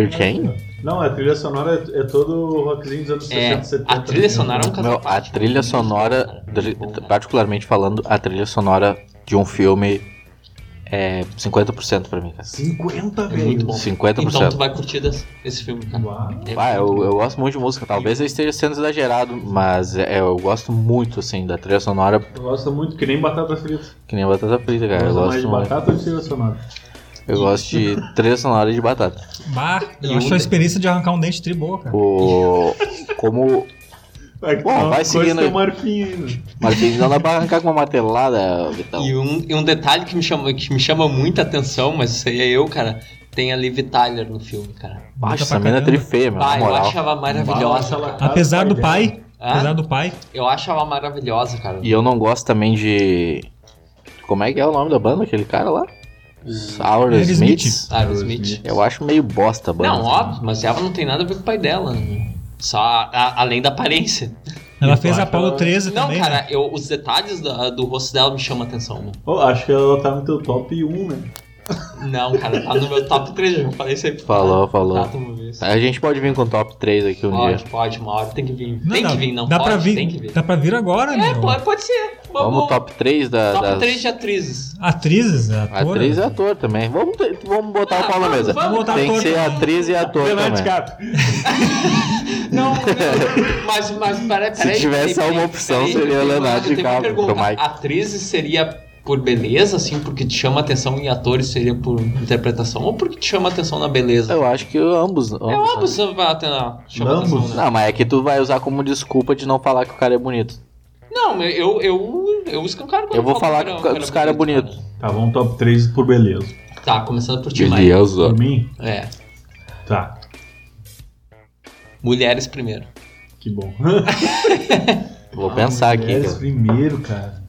Speaker 2: Pearl Jam?
Speaker 1: Não, a trilha sonora é é todo rockzinho dos anos
Speaker 3: É,
Speaker 1: 60, 70.
Speaker 3: a trilha sonora é um caso
Speaker 2: Meu, a trilha sonora, dri- particularmente falando, a trilha sonora de um filme é 50% pra mim, cara.
Speaker 1: 50,
Speaker 3: É muito bom.
Speaker 2: 50%.
Speaker 3: Então tu vai curtir des- esse filme, cara.
Speaker 1: Uau.
Speaker 3: É
Speaker 2: Vai,
Speaker 3: muito
Speaker 2: eu,
Speaker 3: bom.
Speaker 2: eu gosto muito de música, talvez eu esteja sendo exagerado, mas é, eu gosto muito, assim, da trilha sonora,
Speaker 1: Eu gosto muito, que nem batata frita.
Speaker 2: que nem batata frita, cara. É, Eu
Speaker 1: Gosta mais de
Speaker 2: gosto, muito.
Speaker 1: batata ou de trilha sonora?
Speaker 2: eu gosto de trilha sonora de batata.
Speaker 4: Bah,
Speaker 3: E
Speaker 4: eu acho
Speaker 3: um-
Speaker 4: a experiência de arrancar um dente tri boa, cara.
Speaker 2: O, como
Speaker 1: Vai, É que
Speaker 2: Bom,
Speaker 1: tem uma
Speaker 2: vai
Speaker 1: coisa
Speaker 2: seguindo
Speaker 1: tem
Speaker 2: aí.
Speaker 1: um arfinho ainda.
Speaker 2: Martins não dá pra arrancar com uma martelada, Vitão.
Speaker 3: E um, e um detalhe que me, chama, que me chama muita atenção, mas isso aí é eu, cara. Tem a Liv Tyler no filme, cara.
Speaker 2: Baixa
Speaker 4: Bonita
Speaker 2: essa
Speaker 4: pra
Speaker 2: mina é
Speaker 4: caramba.
Speaker 2: trifeia, meu, na
Speaker 3: Pai, eu
Speaker 2: moral.
Speaker 3: acho ela maravilhosa.
Speaker 1: Bala,
Speaker 3: cara.
Speaker 4: Apesar
Speaker 2: Ah,
Speaker 4: do
Speaker 1: pai
Speaker 4: pai,
Speaker 2: é?
Speaker 4: apesar
Speaker 3: Hã?
Speaker 4: do pai,
Speaker 3: Eu acho ela maravilhosa, cara.
Speaker 2: E eu não gosto também de. Como é que é o nome da banda, aquele cara lá? Sour
Speaker 4: Aerosmith.
Speaker 2: Smith.
Speaker 3: Aerosmith.
Speaker 2: Eu acho meio bosta a banda.
Speaker 3: Não,
Speaker 4: né?
Speaker 3: óbvio, mas ela não tem nada a ver com o pai dela. né? Só a- a- além da aparência.
Speaker 4: ela
Speaker 1: E
Speaker 4: fez
Speaker 1: vai,
Speaker 4: Apolo
Speaker 1: ela-
Speaker 4: 13
Speaker 3: Não,
Speaker 4: também. né?
Speaker 3: cara, eu- os detalhes da- do rosto dela me chamam a atenção, mano.
Speaker 1: Oh, acho que ela tá no teu top 1, né?
Speaker 3: Não, cara, tá no meu top 3, já falei isso aí. pra-
Speaker 2: Falou, falou.
Speaker 3: Tá, tu me viu isso.
Speaker 2: A gente pode vir com top 3 aqui um
Speaker 3: Pode,
Speaker 2: dia.
Speaker 3: pode, uma hora tem que vir.
Speaker 4: Não,
Speaker 3: tem
Speaker 4: dá,
Speaker 3: que vir, não
Speaker 4: dá
Speaker 3: pode,
Speaker 4: pra vir,
Speaker 3: tem que vir.
Speaker 4: Dá pra vir agora,
Speaker 3: É,
Speaker 4: meu.
Speaker 3: pode, pode ser.
Speaker 2: Vamos top 3 da.
Speaker 3: top
Speaker 2: das...
Speaker 3: 3 de atrizes.
Speaker 4: Atrizes, ator.
Speaker 2: Atriz é? e ator também. Vamos, ter- vamos botar o pau na
Speaker 3: vamos,
Speaker 2: mesa.
Speaker 3: vamos
Speaker 4: botar
Speaker 2: Tem que
Speaker 4: ator
Speaker 2: ser
Speaker 4: também.
Speaker 2: atriz e ator
Speaker 1: Leonardo
Speaker 2: também.
Speaker 1: DiCaprio.
Speaker 3: Não, não, mas, mas peraí, peraí.
Speaker 2: Se tivesse
Speaker 3: peraí,
Speaker 2: uma
Speaker 3: peraí,
Speaker 2: opção,
Speaker 3: peraí,
Speaker 2: seria
Speaker 3: tem uma-
Speaker 2: Leonardo
Speaker 3: tem uma
Speaker 2: DiCaprio pro
Speaker 3: pergunta.
Speaker 2: Mike.
Speaker 3: Atrizes seria por beleza, assim, porque te chama atenção, e atores seria por interpretação, ou porque te chama atenção na beleza?
Speaker 2: Eu acho que ambos. ambos
Speaker 3: É
Speaker 2: né?
Speaker 3: óbvio que você vai atenção. Chama
Speaker 1: Ambos?
Speaker 3: atenção, né?
Speaker 2: Não, mas é que tu vai usar como desculpa de não falar que o cara é bonito.
Speaker 3: Não, eu, eu, eu escancaro quando
Speaker 2: Eu vou
Speaker 3: falo
Speaker 2: falar
Speaker 3: que o
Speaker 2: que os cara é bonito.
Speaker 1: Tá, vamos top 3 por beleza.
Speaker 3: cara. Tá, começando por ti, Mike.
Speaker 1: Por mim?
Speaker 3: É,
Speaker 1: Tá,
Speaker 3: mulheres primeiro.
Speaker 1: que bom.
Speaker 2: Vou pensar aqui.
Speaker 1: Mulheres
Speaker 2: cara.
Speaker 1: primeiro, cara.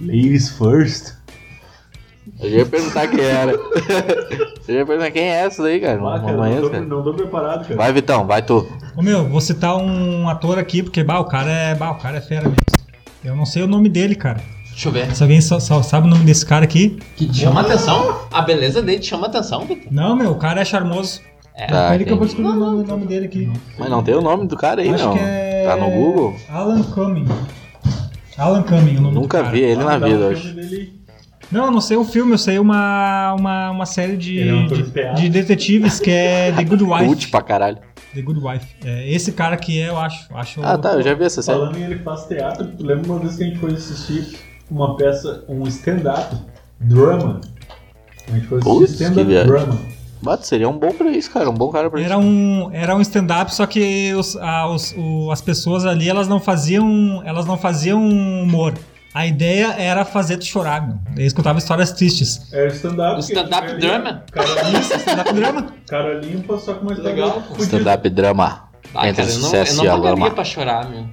Speaker 1: Ladies first.
Speaker 2: Eu ia perguntar quem era. Eu ia perguntar quem é essa daí, cara.
Speaker 1: Ah,
Speaker 2: Não
Speaker 1: cara,
Speaker 2: conheço,
Speaker 1: não, tô,
Speaker 2: cara.
Speaker 1: não tô preparado, cara.
Speaker 2: Vai, Vitão, vai tu.
Speaker 4: Ô, meu, vou citar um ator aqui, porque, bah, o cara é, bah, o cara é fera mesmo. Eu não sei o nome dele, cara.
Speaker 3: Deixa eu ver.
Speaker 4: Se alguém só, só sabe o nome desse cara aqui?
Speaker 3: Que te chama atenção? A beleza dele te chama atenção, Vitor.
Speaker 4: Não, meu, o cara é charmoso.
Speaker 2: Tá,
Speaker 4: Peraí que eu vou
Speaker 2: entendi.
Speaker 4: descobrir o nome, o nome dele aqui.
Speaker 2: Mas não tem o nome do cara aí,
Speaker 4: Acho
Speaker 2: não.
Speaker 4: que é...
Speaker 2: Tá no Google?
Speaker 4: Alan Cumming. Alan Cumming, o nome do
Speaker 2: Nunca
Speaker 4: cara.
Speaker 2: vi ele
Speaker 1: Ah,
Speaker 2: na
Speaker 1: tá,
Speaker 2: vida,
Speaker 1: o
Speaker 2: eu
Speaker 1: filme
Speaker 2: acho.
Speaker 1: dele-
Speaker 4: Não, eu não sei o filme, eu sei uma, uma, uma série de,
Speaker 1: Ele é um ator
Speaker 4: de,
Speaker 1: esperado.
Speaker 4: de detetives que é The Good Wife.
Speaker 2: Cult pra caralho.
Speaker 4: The Good Wife. É esse cara que é, eu acho. acho
Speaker 2: Ah, tá, eu já vi essa série.
Speaker 1: Falando em ele faz teatro, tu lembra uma vez que a gente foi assistir uma peça, um stand-up drama? A gente foi assistir
Speaker 2: Putz, que
Speaker 1: stand-up
Speaker 2: viagem.
Speaker 1: drama.
Speaker 2: Bato, seria um bom pra isso, cara. Um bom cara pra isso.
Speaker 4: Era um, era um stand-up, só que os, a- os- o- as pessoas ali, elas não faziam. Elas não faziam humor. A ideia era fazer tu chorar, meu. Eles contavam histórias tristes.
Speaker 1: Era É, stand-up.
Speaker 3: O stand-up
Speaker 1: ele-
Speaker 3: drama?
Speaker 1: Cara
Speaker 4: Isso, stand-up é um drama.
Speaker 1: Cara limpa, só com uma história
Speaker 3: Legal.
Speaker 1: fodida.
Speaker 2: Stand-up drama.
Speaker 3: Ah,
Speaker 2: Entre
Speaker 3: cara, eu não, eu
Speaker 2: sucesso
Speaker 3: não
Speaker 2: e a
Speaker 3: pagaria
Speaker 2: lama.
Speaker 3: pra chorar, meu.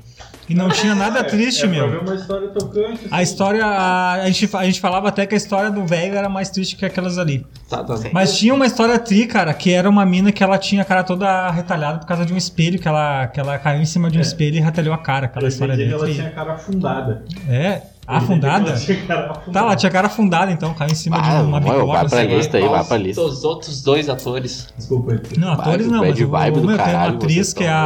Speaker 4: E não tinha nada triste,
Speaker 1: é, É pra
Speaker 4: meu.
Speaker 1: ver uma história tocante.
Speaker 4: A história. A, a gente, fa- a gente falava até que a história do velho era mais triste que aquelas ali.
Speaker 3: Tá, tá.
Speaker 4: Mas tinha uma história tri, cara, que era uma mina que ela tinha a cara toda retalhada por causa de um espelho, que ela, que ela caiu em cima de um espelho e retalhou a cara. Aquela
Speaker 1: Ela,
Speaker 4: história
Speaker 1: É. entendi que
Speaker 4: dele.
Speaker 1: ela
Speaker 4: tri.
Speaker 1: tinha a cara afundada.
Speaker 4: É, afundada?
Speaker 1: Ela tinha a cara afundada.
Speaker 4: Tá, ela tinha a cara afundada então, caiu em cima
Speaker 2: Ah,
Speaker 4: de uma assim.
Speaker 2: vai, vai
Speaker 4: bigorna.
Speaker 2: pra
Speaker 4: sei lá.
Speaker 2: lista aí, vai pra lista.
Speaker 3: Os outros dois atores.
Speaker 1: Desculpa aí.
Speaker 4: Não,
Speaker 2: Vai,
Speaker 4: atores não,
Speaker 2: bad
Speaker 4: mas eu,
Speaker 2: vibe do
Speaker 4: meu, tem uma
Speaker 2: caralho,
Speaker 4: atriz
Speaker 2: vocês
Speaker 4: que é
Speaker 2: tão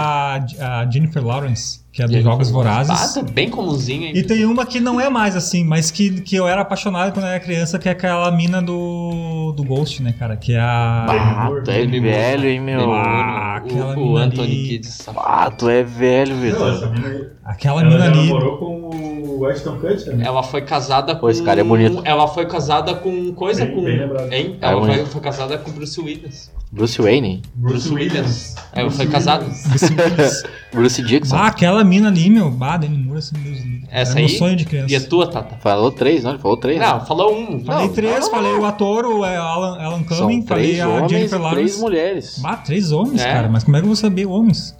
Speaker 4: a, a Jennifer Lawrence. que é dos Jogos Vorazes.
Speaker 3: Ah, tá bem comumzinho hein,
Speaker 4: E tem uma que não é mais assim, mas que, que eu era apaixonado quando eu era criança, que é aquela mina do, do Ghost, né, cara? Que é a.
Speaker 2: Ah, tu é
Speaker 3: Ele
Speaker 2: velho, hein,
Speaker 3: Ele
Speaker 2: meu?
Speaker 3: morreu,
Speaker 4: Ah, aquela
Speaker 3: o, o
Speaker 4: mina
Speaker 3: Anthony
Speaker 4: ali.
Speaker 3: Kidd, safado.
Speaker 2: Ah, tu é velho,
Speaker 1: Não,
Speaker 2: Vitor.
Speaker 1: essa mina aí.
Speaker 4: Aquela
Speaker 1: Ela
Speaker 4: mina
Speaker 1: já
Speaker 4: ali.
Speaker 1: namorou com o Ashton Kutcher, né?
Speaker 3: Ela foi casada com.
Speaker 2: Pô, esse cara é bonito.
Speaker 3: Ela foi casada com coisa
Speaker 1: Bem-
Speaker 3: com.
Speaker 1: bem lembrado.
Speaker 3: hein?
Speaker 2: É
Speaker 3: Ela foi,
Speaker 2: bonito.
Speaker 3: foi casada com Bruce Willis.
Speaker 2: É, Bruce Wayne?
Speaker 3: Bruce Williams. Ela foi casada.
Speaker 4: Assim,
Speaker 2: Bruce Dixon?
Speaker 4: Ah, aquela mina ali, meu. Bah, Demi Moore, assim, Deus livre.
Speaker 3: Essa
Speaker 4: Era meu
Speaker 3: aí?
Speaker 4: sonho de criança.
Speaker 3: E
Speaker 2: é
Speaker 3: a tua, Tata?
Speaker 2: Falou três, não? Ele falou três? né?
Speaker 3: Não, falou um.
Speaker 4: Falei
Speaker 3: não,
Speaker 4: três,
Speaker 3: não,
Speaker 4: falei o ator, o é, Alan, Alan
Speaker 2: São
Speaker 4: Cumming, falei
Speaker 2: três
Speaker 4: a
Speaker 2: homens
Speaker 4: Jennifer
Speaker 2: e três
Speaker 4: Lawrence.
Speaker 2: mulheres.
Speaker 4: Bah, três homens,
Speaker 3: É.
Speaker 4: cara. Mas como é que eu vou saber homens?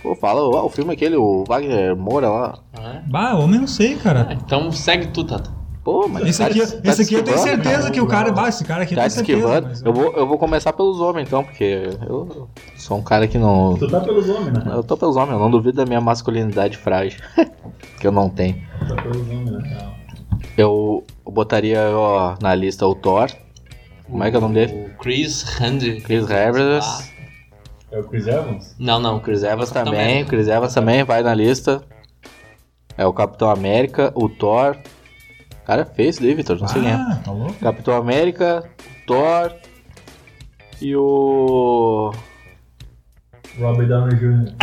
Speaker 2: Pô, fala ó, o filme é aquele, o Wagner Moura lá.
Speaker 3: Ah,
Speaker 4: Bah, homem eu não sei, cara.
Speaker 3: Então segue tu, Tata.
Speaker 2: Pô, mas
Speaker 4: Esse
Speaker 2: É. tá-
Speaker 4: aqui,
Speaker 2: tá
Speaker 4: esse aqui eu tenho
Speaker 2: esquivando,
Speaker 4: certeza
Speaker 1: meu.
Speaker 4: que o cara. Bah, esse cara aqui eu
Speaker 2: Tá
Speaker 4: tenho
Speaker 2: se
Speaker 4: certeza.
Speaker 2: esquivando.
Speaker 4: mas eu-
Speaker 2: Eu vou, eu vou começar pelos homens então, porque eu sou um cara que não.
Speaker 1: Tu tá pelos homens, né?
Speaker 2: Eu tô pelos homens, eu não duvido da minha masculinidade frágil. que eu não tenho.
Speaker 1: Tu tá pelos homens, né?
Speaker 2: Eu botaria ó, na lista o Thor, Como é que é o nome dele?
Speaker 3: O Chris Hendrick.
Speaker 2: Chris Evans.
Speaker 3: Ah,
Speaker 1: É o Chris Evans?
Speaker 3: não, não.
Speaker 2: o Chris Evans
Speaker 3: Ah, Capitão
Speaker 2: também, o
Speaker 3: América.
Speaker 2: Chris Evans também vai na lista. É o Capitão América, o Thor. Cara, fez daí, Vitor, não sei quem é.
Speaker 4: Ah, tá louco?
Speaker 2: Capitão América, Thor e o.
Speaker 1: Robert Downey Jr.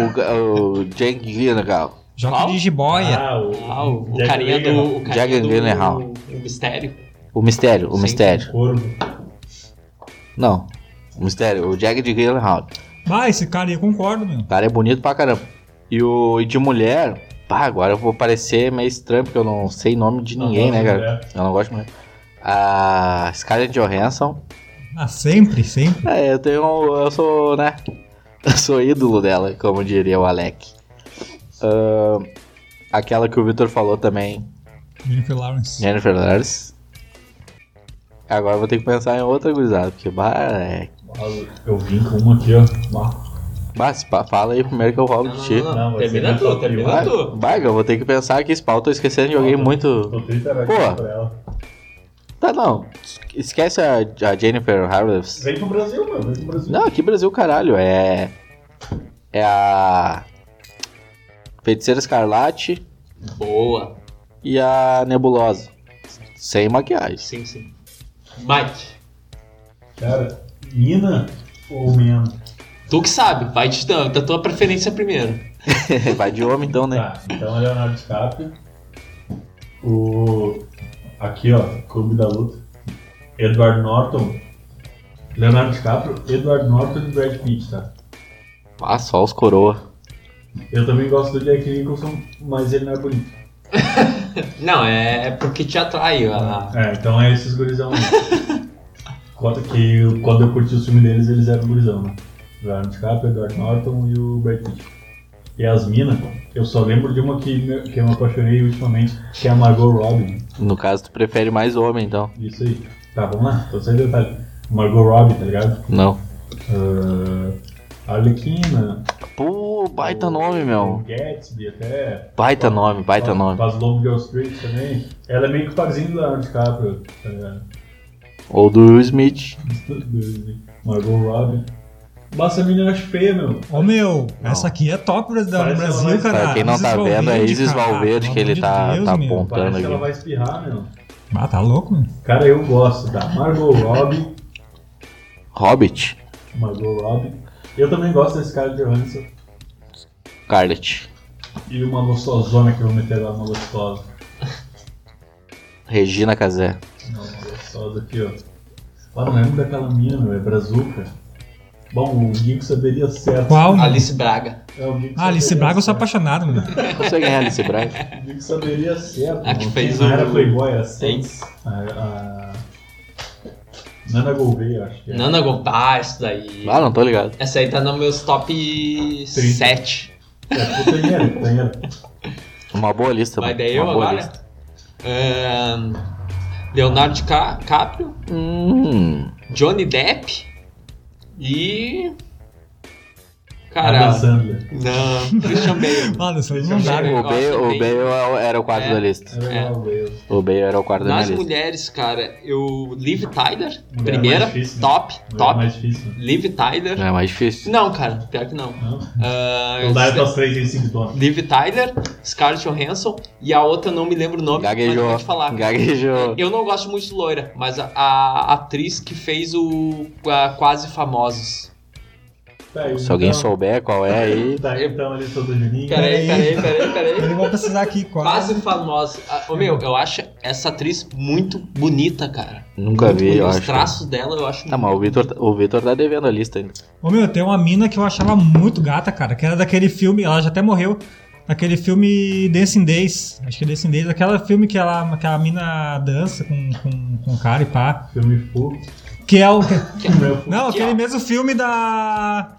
Speaker 2: O, ga- o Jake Gyllenhaal.
Speaker 4: Joga
Speaker 3: Qual?
Speaker 4: de jiboia.
Speaker 1: Ah, o,
Speaker 3: Ah, o, o
Speaker 1: Jack
Speaker 3: carinha
Speaker 1: Gyllenhaal.
Speaker 3: do. O
Speaker 2: Jack
Speaker 3: carinha do,
Speaker 2: Gyllenhaal.
Speaker 3: O mistério.
Speaker 2: O mistério, o
Speaker 3: Sim.
Speaker 2: mistério.
Speaker 1: Corvo.
Speaker 2: Não, o mistério, o Jack Gyllenhaal.
Speaker 4: Bah, esse cara aí eu concordo, meu.
Speaker 2: O cara é bonito pra caramba. E, o, e de mulher, pá, agora eu vou parecer meio estranho porque eu não sei nome de
Speaker 1: Não
Speaker 2: ninguém,
Speaker 1: gosto
Speaker 2: né,
Speaker 1: de
Speaker 2: cara?
Speaker 1: mulher.
Speaker 2: Eu não gosto de mulher. A Scarlett Johansson.
Speaker 4: Ah, sempre, sempre.
Speaker 2: É, eu tenho. Eu sou, né? Eu sou ídolo dela, como diria o Alec. Ahn, aquela que o Victor falou também,
Speaker 4: Jennifer Lawrence.
Speaker 2: Jennifer Lawrence. Agora eu vou ter que pensar em outra gurizada, porque bah, é...
Speaker 1: Eu vim com uma aqui, ó. Bah.
Speaker 2: bah, se pa- fala aí primeiro que eu roubo de ti.
Speaker 1: não, não, vai
Speaker 3: termina
Speaker 1: ser
Speaker 3: tu,
Speaker 1: muito
Speaker 3: termina
Speaker 2: Bah,
Speaker 3: tu.
Speaker 2: bah, eu vou ter que pensar que esse pau, tô esquecendo de alguém
Speaker 1: Falta.
Speaker 2: muito.
Speaker 1: Tô 30 era
Speaker 2: Pô.
Speaker 1: pra ela.
Speaker 2: Tá não, esquece a, a Jennifer Harris.
Speaker 1: Vem pro Brasil, mano. Vem pro Brasil.
Speaker 2: Não, aqui Brasil caralho, é. É a. Feiticeira Escarlate
Speaker 3: Boa.
Speaker 2: e a Nebulosa. Sem maquiagem.
Speaker 3: Sim, sim. Mike,
Speaker 1: Cara, Nina ou Mena?
Speaker 3: tu que sabe, então, vai te dando, da tua preferência primeiro.
Speaker 2: Vai de homem então, né?
Speaker 1: Tá, então é Leonardo DiCaprio. O. Aqui, ó, Clube da Luta. Edward Norton. Leonardo DiCaprio, Edward Norton e Brad Pitt, tá?
Speaker 2: Ah, só os coroa.
Speaker 1: Eu também gosto do Jack Nicholson, mas ele não é bonito.
Speaker 3: Não, é porque te atrai. A...
Speaker 1: É, então é esses gurizão. né? Quando- que eu- quando eu curti os filmes deles, eles eram gurizão, né? Leonardo DiCaprio, Edward Norton e o Brad Pitt. E as minas, eu só lembro de uma que, me- que eu me apaixonei ultimamente, que é a Margot Robbie.
Speaker 2: No caso, tu prefere mais homem então.
Speaker 1: Isso aí. Tá, vamos lá, tô sem detalhe. Margot Robbie, tá ligado?
Speaker 2: Não.
Speaker 1: Uh, Arlequina.
Speaker 2: Pô, baita
Speaker 1: o-
Speaker 2: nome,
Speaker 1: o
Speaker 2: meu.
Speaker 1: Gatsby, até.
Speaker 2: Baita nome, baita nome.
Speaker 1: Faz Lobo de Wall Street também. Ela é meio que parzinho da Leonardo DiCaprio, tá ligado?
Speaker 2: Ou do Will Smith.
Speaker 1: né? Margot Robbie. Nossa, a menina eu acho feia, meu.
Speaker 4: Ô meu,
Speaker 2: Não.
Speaker 4: essa aqui é top do
Speaker 1: Parece ela
Speaker 4: Brasil,
Speaker 1: mais-
Speaker 4: cara.
Speaker 2: Pra quem não
Speaker 4: Isis
Speaker 2: tá vendo, é
Speaker 4: Valverde,
Speaker 2: Isis
Speaker 4: cara.
Speaker 2: Valverde que
Speaker 4: Pelo
Speaker 2: ele
Speaker 4: amor
Speaker 2: tá-
Speaker 4: de Deus,
Speaker 2: tá
Speaker 4: meu.
Speaker 2: apontando. Contando
Speaker 1: Parece que
Speaker 2: aqui.
Speaker 1: ela vai espirrar, meu.
Speaker 4: Ah, tá louco, meu.
Speaker 1: Cara, eu gosto da Margot Robbie.
Speaker 2: Hobbit.
Speaker 1: Margot Robbie. Eu também gosto desse cara de Johansson.
Speaker 2: Scarlett.
Speaker 1: E uma gostosona que eu vou meter lá, uma gostosa.
Speaker 2: Regina Casé.
Speaker 1: Não, uma gostosa aqui, ó. Ah, não lembro daquela mina, meu. É Brazuca. Bom, o Gui que saberia certo.
Speaker 4: Qual? meu?
Speaker 3: Alice Braga.
Speaker 1: É o Gui que
Speaker 4: Ah, Alice
Speaker 1: saberia
Speaker 4: Braga, eu sou
Speaker 1: certo.
Speaker 4: apaixonado, meu.
Speaker 2: Não sei quem é Alice Braga.
Speaker 1: O Gui que saberia certo.
Speaker 3: A que
Speaker 1: mano.
Speaker 3: fez
Speaker 1: Não
Speaker 3: o-
Speaker 1: era Playboy, era
Speaker 3: Sim.
Speaker 1: Saints. A, a... Nana Gouveia, acho que é.
Speaker 3: Nana Gopá, isso daí.
Speaker 2: Ah, não tô ligado.
Speaker 3: Essa aí tá nos meus top 7.
Speaker 1: É putanheira, putanheira.
Speaker 2: Uma boa lista.
Speaker 3: Vai
Speaker 2: mano.
Speaker 3: daí
Speaker 2: Uma
Speaker 3: eu
Speaker 2: boa
Speaker 3: agora.
Speaker 2: lista.
Speaker 3: Ahn, Leonardo DiCaprio,
Speaker 2: Hum.
Speaker 3: Johnny Depp e. Cara,
Speaker 1: Sandler.
Speaker 3: não, Christian Bale.
Speaker 4: Mano, isso aí
Speaker 3: Christian
Speaker 4: não dá, né?
Speaker 3: Bale,
Speaker 4: velho.
Speaker 2: O Bale,
Speaker 3: Oscar
Speaker 2: o Bale era o- era o quarto
Speaker 3: É.
Speaker 2: da lista.
Speaker 1: Era
Speaker 3: É.
Speaker 1: lá o Bale.
Speaker 2: O Bale era o quarto da
Speaker 3: Nas
Speaker 2: minha lista.
Speaker 3: mulheres, cara, eu. Liv Tyler,
Speaker 1: Mulher
Speaker 3: primeira,
Speaker 1: mais difícil, né?
Speaker 3: top,
Speaker 1: Mulher
Speaker 3: top.
Speaker 1: mais difícil. né?
Speaker 3: Liv Tyler.
Speaker 2: Não é mais difícil.
Speaker 3: Não, cara, pior que não.
Speaker 1: Não,
Speaker 3: Ah,
Speaker 1: não dá pra as três em cinco top.
Speaker 3: Liv Tyler, Scarlett Johansson e a outra não me lembro o nome, mas
Speaker 2: Gaguejou.
Speaker 3: pode falar.
Speaker 2: Gaguejou.
Speaker 3: Eu não gosto muito de loira, mas a, a atriz que fez o a Quase Famosos.
Speaker 1: Tá aí,
Speaker 2: Se alguém
Speaker 1: então.
Speaker 2: souber qual é aí.
Speaker 1: Tá aí, então, a lista do Juninho.
Speaker 3: Peraí, peraí, peraí, peraí.
Speaker 4: Ele vai precisar aqui quase.
Speaker 3: Quase Famosos. Ah, ô, meu, eu acho essa atriz muito bonita, cara.
Speaker 2: Nunca
Speaker 3: Muito
Speaker 2: vi,
Speaker 3: bonita.
Speaker 2: eu
Speaker 3: Os
Speaker 2: acho.
Speaker 3: traços dela eu acho
Speaker 2: Tá, mas o Vitor, o Vitor tá devendo a lista ainda.
Speaker 4: Ô meu, tem uma mina que eu achava muito gata, cara, que era daquele filme, ela já até morreu, daquele filme Dancing Days, acho que é Dancing Days, aquele filme que ela, que a mina dança com, com, com o cara e pá,
Speaker 1: Filme full.
Speaker 4: que é o...
Speaker 1: Meu full.
Speaker 4: Não, aquele
Speaker 3: Que é?
Speaker 4: mesmo filme da...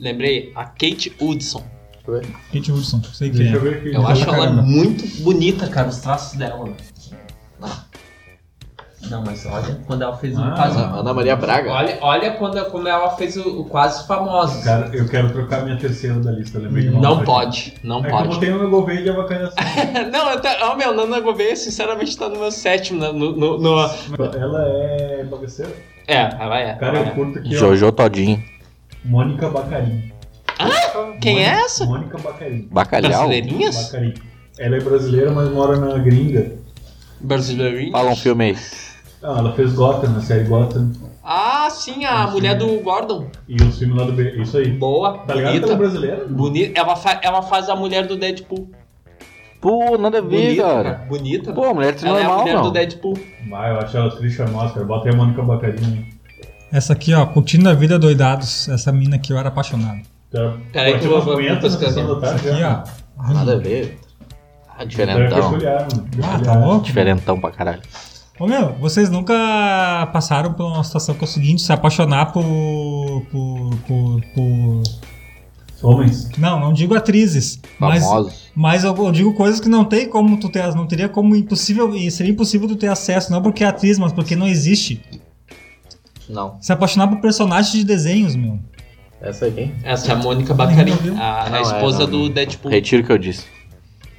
Speaker 3: Lembrei, a Kate Hudson.
Speaker 4: Kate Hudson, não sei quem
Speaker 1: Deixa eu
Speaker 4: é.
Speaker 1: ver aqui.
Speaker 3: Eu acho
Speaker 4: pra
Speaker 3: ela
Speaker 4: caramba.
Speaker 3: muito bonita, cara, os traços dela. Não, mas olha quando ela fez o
Speaker 1: Ah,
Speaker 3: quase.
Speaker 2: Ana Maria Braga.
Speaker 3: Olha, olha quando, como ela fez o, o quase famoso.
Speaker 1: Cara, eu quero trocar minha terceira da lista, lembrei que eu
Speaker 3: não
Speaker 1: vou
Speaker 3: pode, não
Speaker 1: fazer. É assim, que eu
Speaker 3: pode.
Speaker 1: botei o meu Gouveia de avacalhação.
Speaker 3: não, eu tá, oh, meu, Nana Gouveia, sinceramente, tá no meu sétimo. na- No, no, no-
Speaker 1: Ela é bagaceira?
Speaker 3: é, ela é.
Speaker 1: Cara,
Speaker 3: ela
Speaker 1: eu
Speaker 3: é.
Speaker 1: curto aqui, ó.
Speaker 2: Jojo Todinho.
Speaker 1: Mônica Bacarin. Ah?
Speaker 3: Quem é essa?
Speaker 1: Mônica Bacarin.
Speaker 2: Bacalhau.
Speaker 3: é Brasileirinhas?
Speaker 1: Bacarin. Ela é brasileira, mas mora na gringa.
Speaker 3: Brasileirinhas?
Speaker 2: Fala um filme aí.
Speaker 1: Ah, ela fez Gotham, na série Gotham.
Speaker 3: Ah, sim, a mulher do Gordon.
Speaker 1: E os filmes lá do B. Isso aí.
Speaker 3: Boa,
Speaker 1: Tá ligado? Pelo
Speaker 3: bonita.
Speaker 1: brasileiro?
Speaker 3: Bonita. Ela, fa- ela faz a mulher do Deadpool.
Speaker 2: Pô, nada a ver,
Speaker 3: Bonita, cara.
Speaker 2: cara.
Speaker 3: Bonita.
Speaker 2: Pô, mulher de
Speaker 3: ela é a
Speaker 2: normal,
Speaker 3: mulher do
Speaker 2: não.
Speaker 3: Deadpool.
Speaker 1: Vai, eu acho ela atriz charmosa, cara. Bota aí a Mônica Bacarin.
Speaker 4: Essa aqui, ó, Curtindo a Vida Doidados, essa mina que eu era apaixonado.
Speaker 1: Tá,
Speaker 3: Peraí que eu vou- vou pesquisar.
Speaker 4: Aqui, ó.
Speaker 2: Nada a ver. Ah, diferentão.
Speaker 4: Ah, tá louco?
Speaker 2: Diferentão pra caralho.
Speaker 4: Ô meu, vocês nunca passaram por uma situação que é o seguinte, se apaixonar por- por, por, por
Speaker 1: Homens.
Speaker 4: Não, não digo atrizes, mas,
Speaker 2: Famosos.
Speaker 4: mas eu eu digo coisas que não tem como tu ter, não teria como impossível, e seria impossível tu ter acesso, não porque é atriz, mas porque não existe.
Speaker 2: Não.
Speaker 4: Se apaixonar por personagens de desenhos, meu.
Speaker 2: Essa aí quem?
Speaker 3: Essa é a Mônica Baccarin,
Speaker 4: Não, viu?
Speaker 3: a, a
Speaker 2: Não, é,
Speaker 3: esposa
Speaker 2: não,
Speaker 3: do Deadpool.
Speaker 2: Retiro o que eu disse.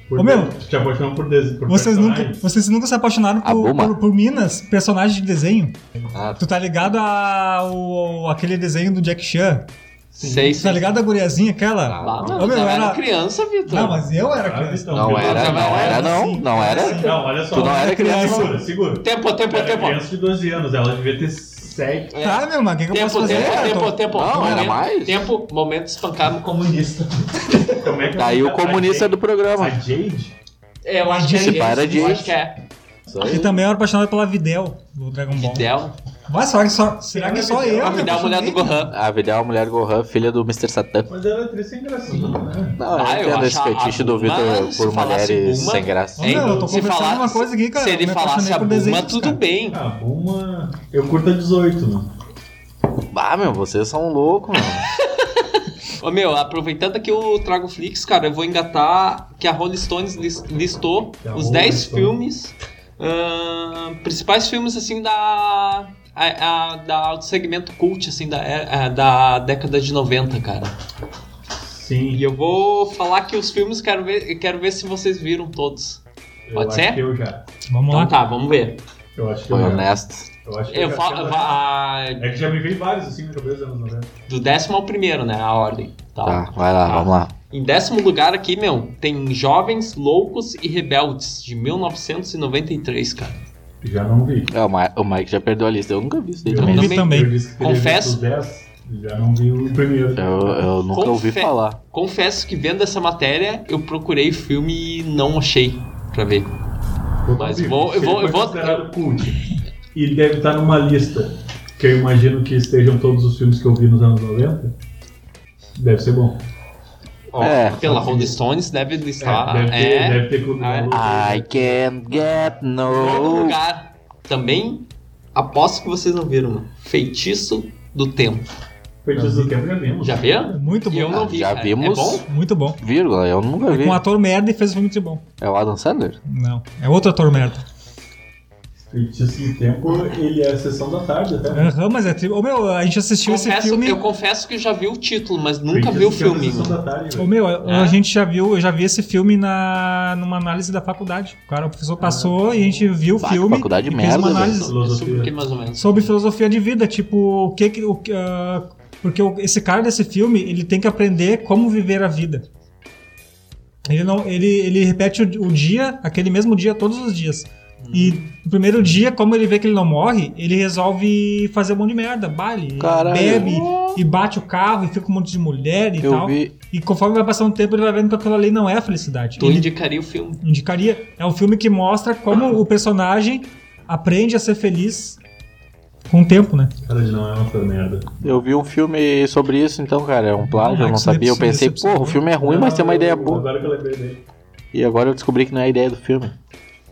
Speaker 1: Por
Speaker 4: Ô, meu.
Speaker 1: Te apaixonou por, des... por
Speaker 4: Vocês nunca,
Speaker 1: personagens?
Speaker 4: vocês nunca se apaixonaram
Speaker 2: A
Speaker 4: por,
Speaker 2: Buma.
Speaker 4: por, por minas, personagens de desenho.
Speaker 2: Ah,
Speaker 4: Tu tá ligado ao aquele desenho do Jack Chan?
Speaker 3: Sei,
Speaker 4: Tu tá
Speaker 3: sei.
Speaker 4: ligado à guriazinha aquela?
Speaker 3: Ah,
Speaker 4: Ô,
Speaker 3: mano,
Speaker 4: meu,
Speaker 3: eu era...
Speaker 4: era-
Speaker 3: criança, Vitor.
Speaker 4: Não, mas eu era
Speaker 1: Ah,
Speaker 4: criança.
Speaker 1: então,
Speaker 2: Não
Speaker 1: Pedro.
Speaker 2: era, não era, não. Não era.
Speaker 1: Não, olha só.
Speaker 2: Tu não era criança.
Speaker 1: Segura, segura.
Speaker 3: Tempo, tempo,
Speaker 1: Era
Speaker 3: tempo.
Speaker 1: criança de 12 anos, ela devia ter 7.
Speaker 3: É.
Speaker 4: Tá, meu, mas o que, que eu
Speaker 3: Tempo,
Speaker 4: posso fazer?
Speaker 3: tempo,
Speaker 4: Eu
Speaker 3: tempo,
Speaker 4: tô-
Speaker 3: tempo.
Speaker 2: Não, era
Speaker 3: Momento-
Speaker 2: mais.
Speaker 3: Tempo, momento espancar comunista.
Speaker 1: Como é que
Speaker 2: Tá aí o comunista do
Speaker 1: A
Speaker 2: programa.
Speaker 1: Jade?
Speaker 3: É, eu acho que é
Speaker 4: Esse
Speaker 3: isso.
Speaker 2: para de-
Speaker 3: Eu acho que é.
Speaker 4: E também eu era apaixonado pela Videl do Dragon Ball.
Speaker 3: Fidel.
Speaker 4: Mas será que só, será que só eu?
Speaker 3: A
Speaker 4: me
Speaker 3: Fidel, a mulher do
Speaker 4: apaixonei?
Speaker 3: Gohan.
Speaker 2: A Vidal é a mulher Gohan, filha do Mr. Satã.
Speaker 1: Mas ela é atriz sem gracinha, né?
Speaker 2: Não, eu
Speaker 3: Ah, eu
Speaker 2: entendo esse
Speaker 3: acho a
Speaker 2: fetiche do
Speaker 3: Buma,
Speaker 2: Vitor
Speaker 3: se
Speaker 2: por
Speaker 3: falasse
Speaker 2: mulheres
Speaker 3: Buma-
Speaker 2: sem graça.
Speaker 4: Ô, meu, eu tô
Speaker 3: Se
Speaker 4: conversando
Speaker 3: falar-
Speaker 4: uma coisa aqui, cara.
Speaker 3: Se ele
Speaker 4: eu me
Speaker 3: falasse
Speaker 4: apaixonei
Speaker 3: a
Speaker 4: por desenhos,
Speaker 3: Buma, tudo
Speaker 4: cara.
Speaker 3: bem.
Speaker 1: Ah, uma. Eu curto a 18, mano.
Speaker 2: Bah, Ah, meu, vocês são loucos, mano.
Speaker 3: Ô, meu, aproveitando aqui o Trago Flix, cara, eu vou engatar que a Rolling Stones lis- listou
Speaker 1: Que a
Speaker 3: os
Speaker 1: Rolling
Speaker 3: 10
Speaker 1: Stone.
Speaker 3: filmes, ahn, principais filmes, assim, da, a- a- da, do segmento cult, assim, da, era- ah, da década de 90, cara. E
Speaker 1: Sim.
Speaker 3: eu vou falar que os filmes, quero ver, quero ver se vocês viram todos.
Speaker 1: Eu
Speaker 3: Pode
Speaker 1: acho
Speaker 3: ser?
Speaker 1: que eu já.
Speaker 4: Vamos
Speaker 3: Então
Speaker 4: lá.
Speaker 3: tá, vamos ver.
Speaker 1: Eu acho que eu
Speaker 2: Foi
Speaker 1: já.
Speaker 2: honesto.
Speaker 1: Eu acho que eu
Speaker 3: Eu
Speaker 1: já.
Speaker 3: falo, a,
Speaker 1: É que já me veio vários assim na cabeça dos anos 90.
Speaker 3: do décimo ao primeiro, né, a ordem.
Speaker 2: Tá, vai lá,
Speaker 3: Tá.
Speaker 2: vamos lá.
Speaker 3: Em décimo lugar aqui, meu, tem Jovens, Loucos e Rebeldes, de 1993, cara.
Speaker 1: Já não vi.
Speaker 2: É, o, Ma- o Mike já perdeu a lista. Eu nunca vi isso daí
Speaker 1: Eu
Speaker 4: Vamos
Speaker 2: também.
Speaker 4: ver também.
Speaker 1: Eu disse que teria
Speaker 3: Confesso.
Speaker 1: visto os 10, já não vi o primeiro.
Speaker 2: Eu, eu nunca ouvi
Speaker 3: Confe-
Speaker 2: falar.
Speaker 3: Confesso que vendo essa matéria, eu procurei filme e não achei pra ver.
Speaker 1: Eu
Speaker 3: Mas
Speaker 1: não vi.
Speaker 3: vou- eu
Speaker 1: Ele
Speaker 3: vou- eu
Speaker 1: foi
Speaker 3: vou-
Speaker 1: considerado cult. E deve estar numa lista que eu imagino que estejam todos os filmes que eu vi nos anos 90. Deve ser bom.
Speaker 3: Ó,
Speaker 2: É.
Speaker 3: pela Rolling Stones deve listar.
Speaker 1: deve, ter,
Speaker 3: é.
Speaker 1: deve ter clube
Speaker 3: Ah, é.
Speaker 1: da Luta.
Speaker 2: I can't get
Speaker 3: Nono
Speaker 2: no.
Speaker 3: lugar. Também aposto que vocês não viram, mano. Feitiço do Tempo.
Speaker 1: Feitiço do Tempo já vimos.
Speaker 3: Já viram?
Speaker 4: Muito
Speaker 3: E eu
Speaker 4: bom.
Speaker 3: não
Speaker 2: Ah,
Speaker 3: vi.
Speaker 2: já
Speaker 3: cara. É
Speaker 2: vimos.
Speaker 3: bom?
Speaker 4: Muito bom.
Speaker 2: Vírgula, eu nunca
Speaker 4: É
Speaker 2: vi.
Speaker 4: com um ator merda e fez um filme muito bom.
Speaker 2: É o Adam Sandler?
Speaker 4: Não. É outro ator merda.
Speaker 1: Feitiço do Tempo, ele é a sessão da tarde até. né?
Speaker 4: Aham, mas é tri... Ô, meu, a gente assistiu esse
Speaker 3: Confesso-
Speaker 4: filme.
Speaker 3: Eu confesso que já vi o título, mas
Speaker 1: Feitiço
Speaker 3: nunca vi o
Speaker 1: do Tempo é a
Speaker 3: filme.
Speaker 1: Sessão da tarde,
Speaker 4: Ô,
Speaker 1: velho.
Speaker 4: meu,
Speaker 3: É.
Speaker 4: a gente já viu, eu já vi esse filme na, numa análise da faculdade. O cara, o professor passou e a gente viu o
Speaker 2: Bah,
Speaker 4: filme.
Speaker 2: faculdade
Speaker 4: e fez
Speaker 2: merda,
Speaker 4: uma
Speaker 2: velho.
Speaker 4: análise
Speaker 3: É
Speaker 1: Filosofia.
Speaker 3: sobre o que mais ou menos?
Speaker 4: sobre filosofia de vida, tipo, o que que o que, ah, porque o- esse cara desse filme, ele tem que aprender como viver a vida. Ele não, ele, ele repete o, o dia, aquele mesmo dia todos os dias. E no primeiro dia, como ele vê que ele não morre, ele resolve fazer um monte de merda, baile,
Speaker 2: Caralho.
Speaker 4: bebe e bate o carro e fica com um monte de mulher e
Speaker 2: Eu
Speaker 4: tal.
Speaker 2: vi.
Speaker 4: E conforme vai passando o tempo, ele vai vendo que aquela lei não é a felicidade.
Speaker 3: Tu
Speaker 4: Ele-
Speaker 3: indicaria o filme.
Speaker 4: indicaria. É um filme que mostra como o personagem aprende a ser feliz com o tempo, né?
Speaker 1: Cara, de não é uma merda.
Speaker 2: Eu vi um filme sobre isso, então, cara. É um plágio, eu não
Speaker 4: Max né,
Speaker 2: sabia. Eu
Speaker 4: Lipson,
Speaker 2: pensei,
Speaker 4: Lipson.
Speaker 2: porra, o filme é ruim, mas tem uma ideia boa.
Speaker 1: Agora que eu lembrei dele.
Speaker 2: E agora eu descobri que não é a ideia do filme.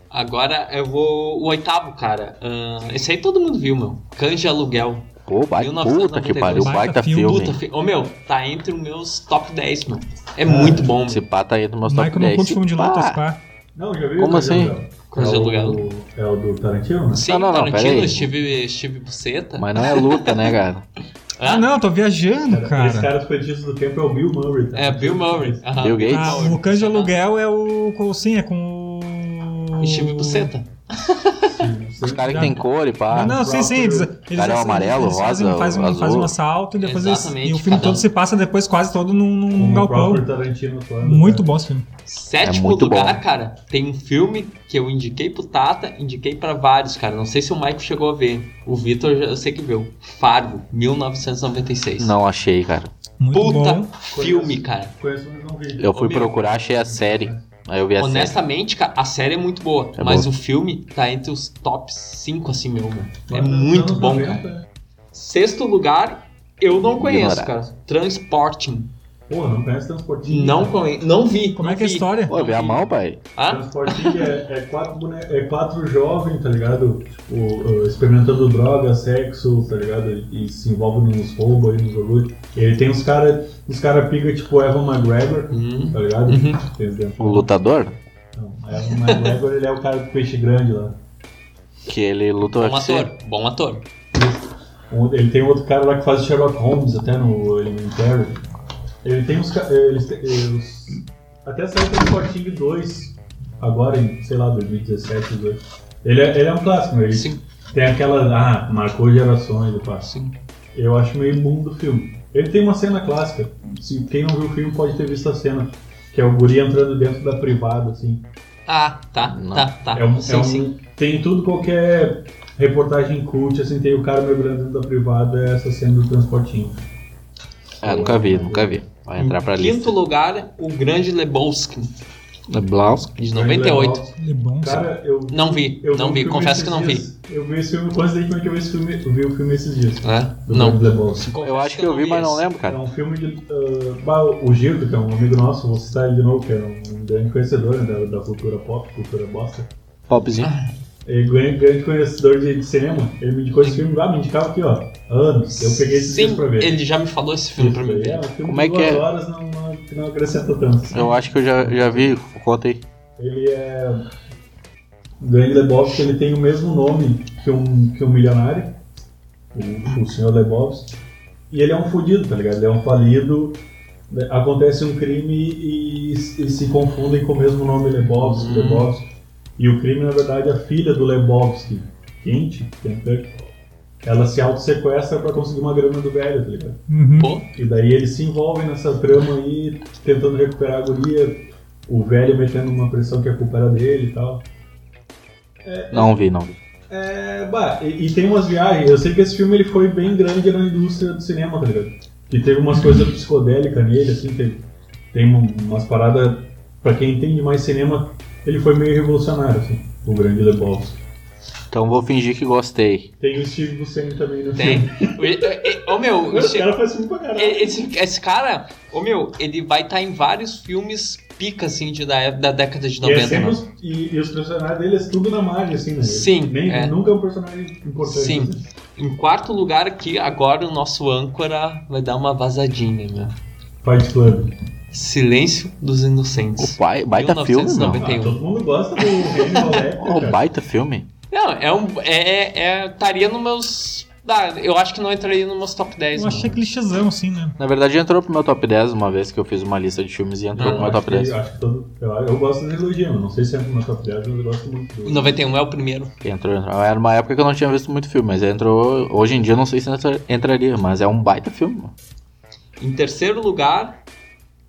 Speaker 3: Agora eu vou. O oitavo, cara. Ahn, esse aí todo mundo viu, meu. Canja Aluguel.
Speaker 2: Pô, baita, puta que
Speaker 3: 1992.
Speaker 2: pariu,
Speaker 4: né, Baita
Speaker 2: baita
Speaker 4: filme.
Speaker 2: filme.
Speaker 3: Puta, fi... Ô meu, tá entre os meus top 10, meu. É muito bom,
Speaker 2: Esse
Speaker 3: meu.
Speaker 2: pá tá aí no meu
Speaker 4: O
Speaker 2: top
Speaker 4: Michael não
Speaker 2: 10.
Speaker 4: curte filme de
Speaker 2: Esse pá.
Speaker 4: lutas, pá.
Speaker 1: Não, já vi
Speaker 2: Como assim?
Speaker 3: Coisa
Speaker 1: É o-
Speaker 3: alugada.
Speaker 1: É o do Tarantino? né?
Speaker 3: Sim,
Speaker 2: Ah, não, não,
Speaker 3: Tarantino,
Speaker 2: peraí.
Speaker 3: Steve, Steve Buceta.
Speaker 2: Mas não é luta, né, cara?
Speaker 4: Ah, não, eu tô viajando,
Speaker 1: Esse
Speaker 4: cara.
Speaker 1: cara do feitiço do tempo é o Bill Murray. tá?
Speaker 3: É, Bill Murray. Aham,
Speaker 2: Bill Gates.
Speaker 4: Ah,
Speaker 3: Murray.
Speaker 4: o Cães de Aluguel é o. com- Sim, é com o.
Speaker 3: E Steve Buceta.
Speaker 2: Os caras que
Speaker 4: Já-
Speaker 2: tem cor e pá.
Speaker 4: Não, Ah, não, sim, sim. Eles,
Speaker 1: Cara
Speaker 4: eles-
Speaker 2: é o
Speaker 4: eles
Speaker 2: amarelo,
Speaker 4: fazem,
Speaker 2: rosa,
Speaker 4: fazem, um,
Speaker 2: azul.
Speaker 4: fazem um assalto e depois eles,
Speaker 3: Exatamente,
Speaker 4: E o filme
Speaker 3: cada um.
Speaker 4: todo se passa depois quase todo num, num- num
Speaker 1: Um
Speaker 4: galpão.
Speaker 1: próprio Tarantino atuando,
Speaker 4: Muito
Speaker 1: né?
Speaker 4: bom esse filme.
Speaker 2: É
Speaker 3: Sétimo
Speaker 2: muito
Speaker 3: lugar,
Speaker 2: bom.
Speaker 3: tipo, cara, tem um filme que eu indiquei pro Tata, indiquei pra vários, cara. Não sei se o Michael chegou a ver. O Vitor, eu sei que viu. Fargo, 1996.
Speaker 2: Não achei, cara.
Speaker 4: Muito
Speaker 3: Puta
Speaker 4: bom.
Speaker 3: filme, cara.
Speaker 1: Conheço, mas não vi.
Speaker 2: Eu fui
Speaker 3: meu.
Speaker 2: procurar, achei a série. Aí eu vi a série.
Speaker 3: Honestamente, cara, a série é muito boa,
Speaker 2: É
Speaker 3: mas
Speaker 2: boa.
Speaker 3: o filme tá entre os top 5, assim, meu, mano. É
Speaker 1: Mas nos
Speaker 3: muito
Speaker 1: anos
Speaker 3: bom,
Speaker 1: 90,
Speaker 3: cara. Sexto lugar, eu não conheço,
Speaker 2: Ignorado.
Speaker 3: cara. Transporting.
Speaker 1: Pô, não conhece Transportinho? né?
Speaker 3: Não conheço, não vi.
Speaker 4: Como
Speaker 3: não
Speaker 4: é que é a
Speaker 3: vi.
Speaker 4: história?
Speaker 2: Pô, eu vi a mão, pai.
Speaker 3: Hã?
Speaker 1: Transportinho é, é quatro bone... é quatro jovens, tá ligado? Tipo, uh, experimentando droga, sexo, tá ligado? E, e se envolve nos roubos aí, nos orgulhos. E aí tem uns caras, uns caras pica tipo Evan McGregor,
Speaker 3: Hum.
Speaker 1: tá ligado?
Speaker 3: Uhum.
Speaker 1: Eles dentro-
Speaker 2: O lutador?
Speaker 1: Não, Evan McGregor ele é o cara do peixe grande lá.
Speaker 2: Que ele luta
Speaker 3: Bom
Speaker 2: UFC.
Speaker 3: É um ator, bom ator.
Speaker 1: Um- Ele tem outro cara lá que faz o Sherlock Holmes até no Elementário. Ele tem uns. ca- Eles, te- eles, até saiu Transporting 2, agora em, sei lá, 2017, 2018. Ele, é- ele é um clássico, né? ele
Speaker 3: Sim.
Speaker 1: tem aquela. Ah, marcou gerações e pá.
Speaker 3: Sim.
Speaker 1: Eu acho meio imundo o filme. Ele tem uma cena clássica. Se quem não viu o filme pode ter visto a cena. Que é o guri entrando dentro da privada, assim.
Speaker 3: Ah, tá,
Speaker 2: Não.
Speaker 3: tá, tá.
Speaker 1: É um,
Speaker 3: sim,
Speaker 1: é um-
Speaker 3: sim.
Speaker 1: Tem tudo qualquer reportagem cult, assim, tem o cara mergulhando dentro da privada, essa cena do transportinho.
Speaker 2: Ah, nunca vi, nunca vi. Vai entrar pra
Speaker 3: Quinto
Speaker 2: lista.
Speaker 3: lugar, o Grande Lebowski,
Speaker 4: É
Speaker 2: Leblanc.
Speaker 3: de 98.
Speaker 4: Ele é bom.
Speaker 1: Cara, eu.
Speaker 3: Não vi,
Speaker 1: eu
Speaker 3: não
Speaker 1: o
Speaker 3: vi,
Speaker 1: filme
Speaker 3: confesso que
Speaker 1: esses
Speaker 3: não vi.
Speaker 1: dias. Eu vi esse filme, coincidentemente eu vi, esse filme, eu vi o filme esses dias.
Speaker 3: Né?
Speaker 1: do
Speaker 3: Não.
Speaker 1: Grande Lebowski.
Speaker 3: Confesso
Speaker 2: Eu acho que eu vi, mas não
Speaker 3: esse.
Speaker 2: lembro,
Speaker 1: É
Speaker 2: cara.
Speaker 1: um filme de. ah, bah, o Gildo, que é um amigo nosso, vou citar ele de novo, que é um grande conhecedor né, da, da cultura pop, cultura bosta.
Speaker 2: Popzinho.
Speaker 1: Ele é grande, grande conhecedor de, de cinema. Ele me indicou esse filme lá, me indicava aqui, ó. Anos. Eu peguei esses
Speaker 3: Sim,
Speaker 1: dias pra ver.
Speaker 3: ele já me falou esse filme pra mim.
Speaker 1: É,
Speaker 3: ver.
Speaker 1: um filme
Speaker 2: Como é
Speaker 1: de
Speaker 2: que é?
Speaker 1: duas horas não, não, que não acrescenta tanto.
Speaker 2: Eu acho que eu já, já vi. Conta aí.
Speaker 1: Ele é. Grande Lebowski, ele tem o mesmo nome que um, que um milionário, o, o senhor Lebowski. E ele é um fudido, tá ligado? Ele é um falido. né, Acontece um crime e, e se confundem com o mesmo nome
Speaker 2: Uhum.
Speaker 1: Lebowski, Lebowski. E o crime, na verdade, é a filha do Lebowski, Quente, Kentucky. Ela se auto-sequestra pra conseguir uma grana do velho, tá ligado?
Speaker 4: Uhum.
Speaker 3: Pô,
Speaker 1: E daí eles se envolvem nessa trama aí, tentando recuperar a guria, o velho metendo uma pressão que a culpa era dele e tal.
Speaker 2: Não vi, não vi.
Speaker 1: É, bah, e, e tem umas viagens, eu sei que esse filme ele foi bem grande na indústria do cinema, tá ligado? Que teve umas coisas psicodélicas nele, assim, tem, tem um- umas paradas, pra quem entende mais cinema, ele foi meio revolucionário, assim, o grande Lebowski.
Speaker 2: Então vou fingir que gostei.
Speaker 1: Tem o Steve Buscemi também no
Speaker 3: tem.
Speaker 1: filme.
Speaker 3: O- e- e- Ô meu, o
Speaker 1: Esse
Speaker 3: Steve-
Speaker 1: cara faz filme assim pra caralho.
Speaker 3: e- esse, esse cara, ô meu, ele vai estar em vários filmes pica assim de, da, da década de né?
Speaker 1: E, é
Speaker 3: 90.
Speaker 1: sempre
Speaker 3: mano.
Speaker 1: os, e, e os personagens dele é tudo na margem, assim, né?
Speaker 3: Sim,
Speaker 1: Nem,
Speaker 3: é.
Speaker 1: Nunca é um personagem importante.
Speaker 3: Sim.
Speaker 1: assim.
Speaker 3: Em quarto lugar aqui, agora o nosso âncora vai dar uma vazadinha, meu.
Speaker 1: Fight Club.
Speaker 3: Silêncio dos Inocentes.
Speaker 2: O pai, baita filme, mano.
Speaker 1: Ah,
Speaker 3: 1991.
Speaker 1: todo mundo gosta do Hannibal Lecter,
Speaker 2: Oh,
Speaker 1: cara.
Speaker 2: baita filme.
Speaker 3: Não, é um. É. é- Estaria nos meus. Ah, eu acho que não entraria nos meus top né? 10.
Speaker 4: Eu
Speaker 3: não.
Speaker 4: achei clichêzão, assim, né?
Speaker 2: Na verdade, entrou pro meu top 10 uma vez que eu fiz uma lista de filmes e entrou
Speaker 3: Não,
Speaker 2: pro meu top 10.
Speaker 1: Eu Ah, acho que todo. Eu, eu gosto da trilogia, mas não sei se é uma top 10, mas eu gosto muito do.
Speaker 3: 91 é o primeiro.
Speaker 2: Entrou, entrou. Era uma época que eu não tinha visto muito filme, mas entrou. Hoje em dia eu não sei se entra- entraria, mas é um baita filme. mano.
Speaker 3: Em terceiro lugar,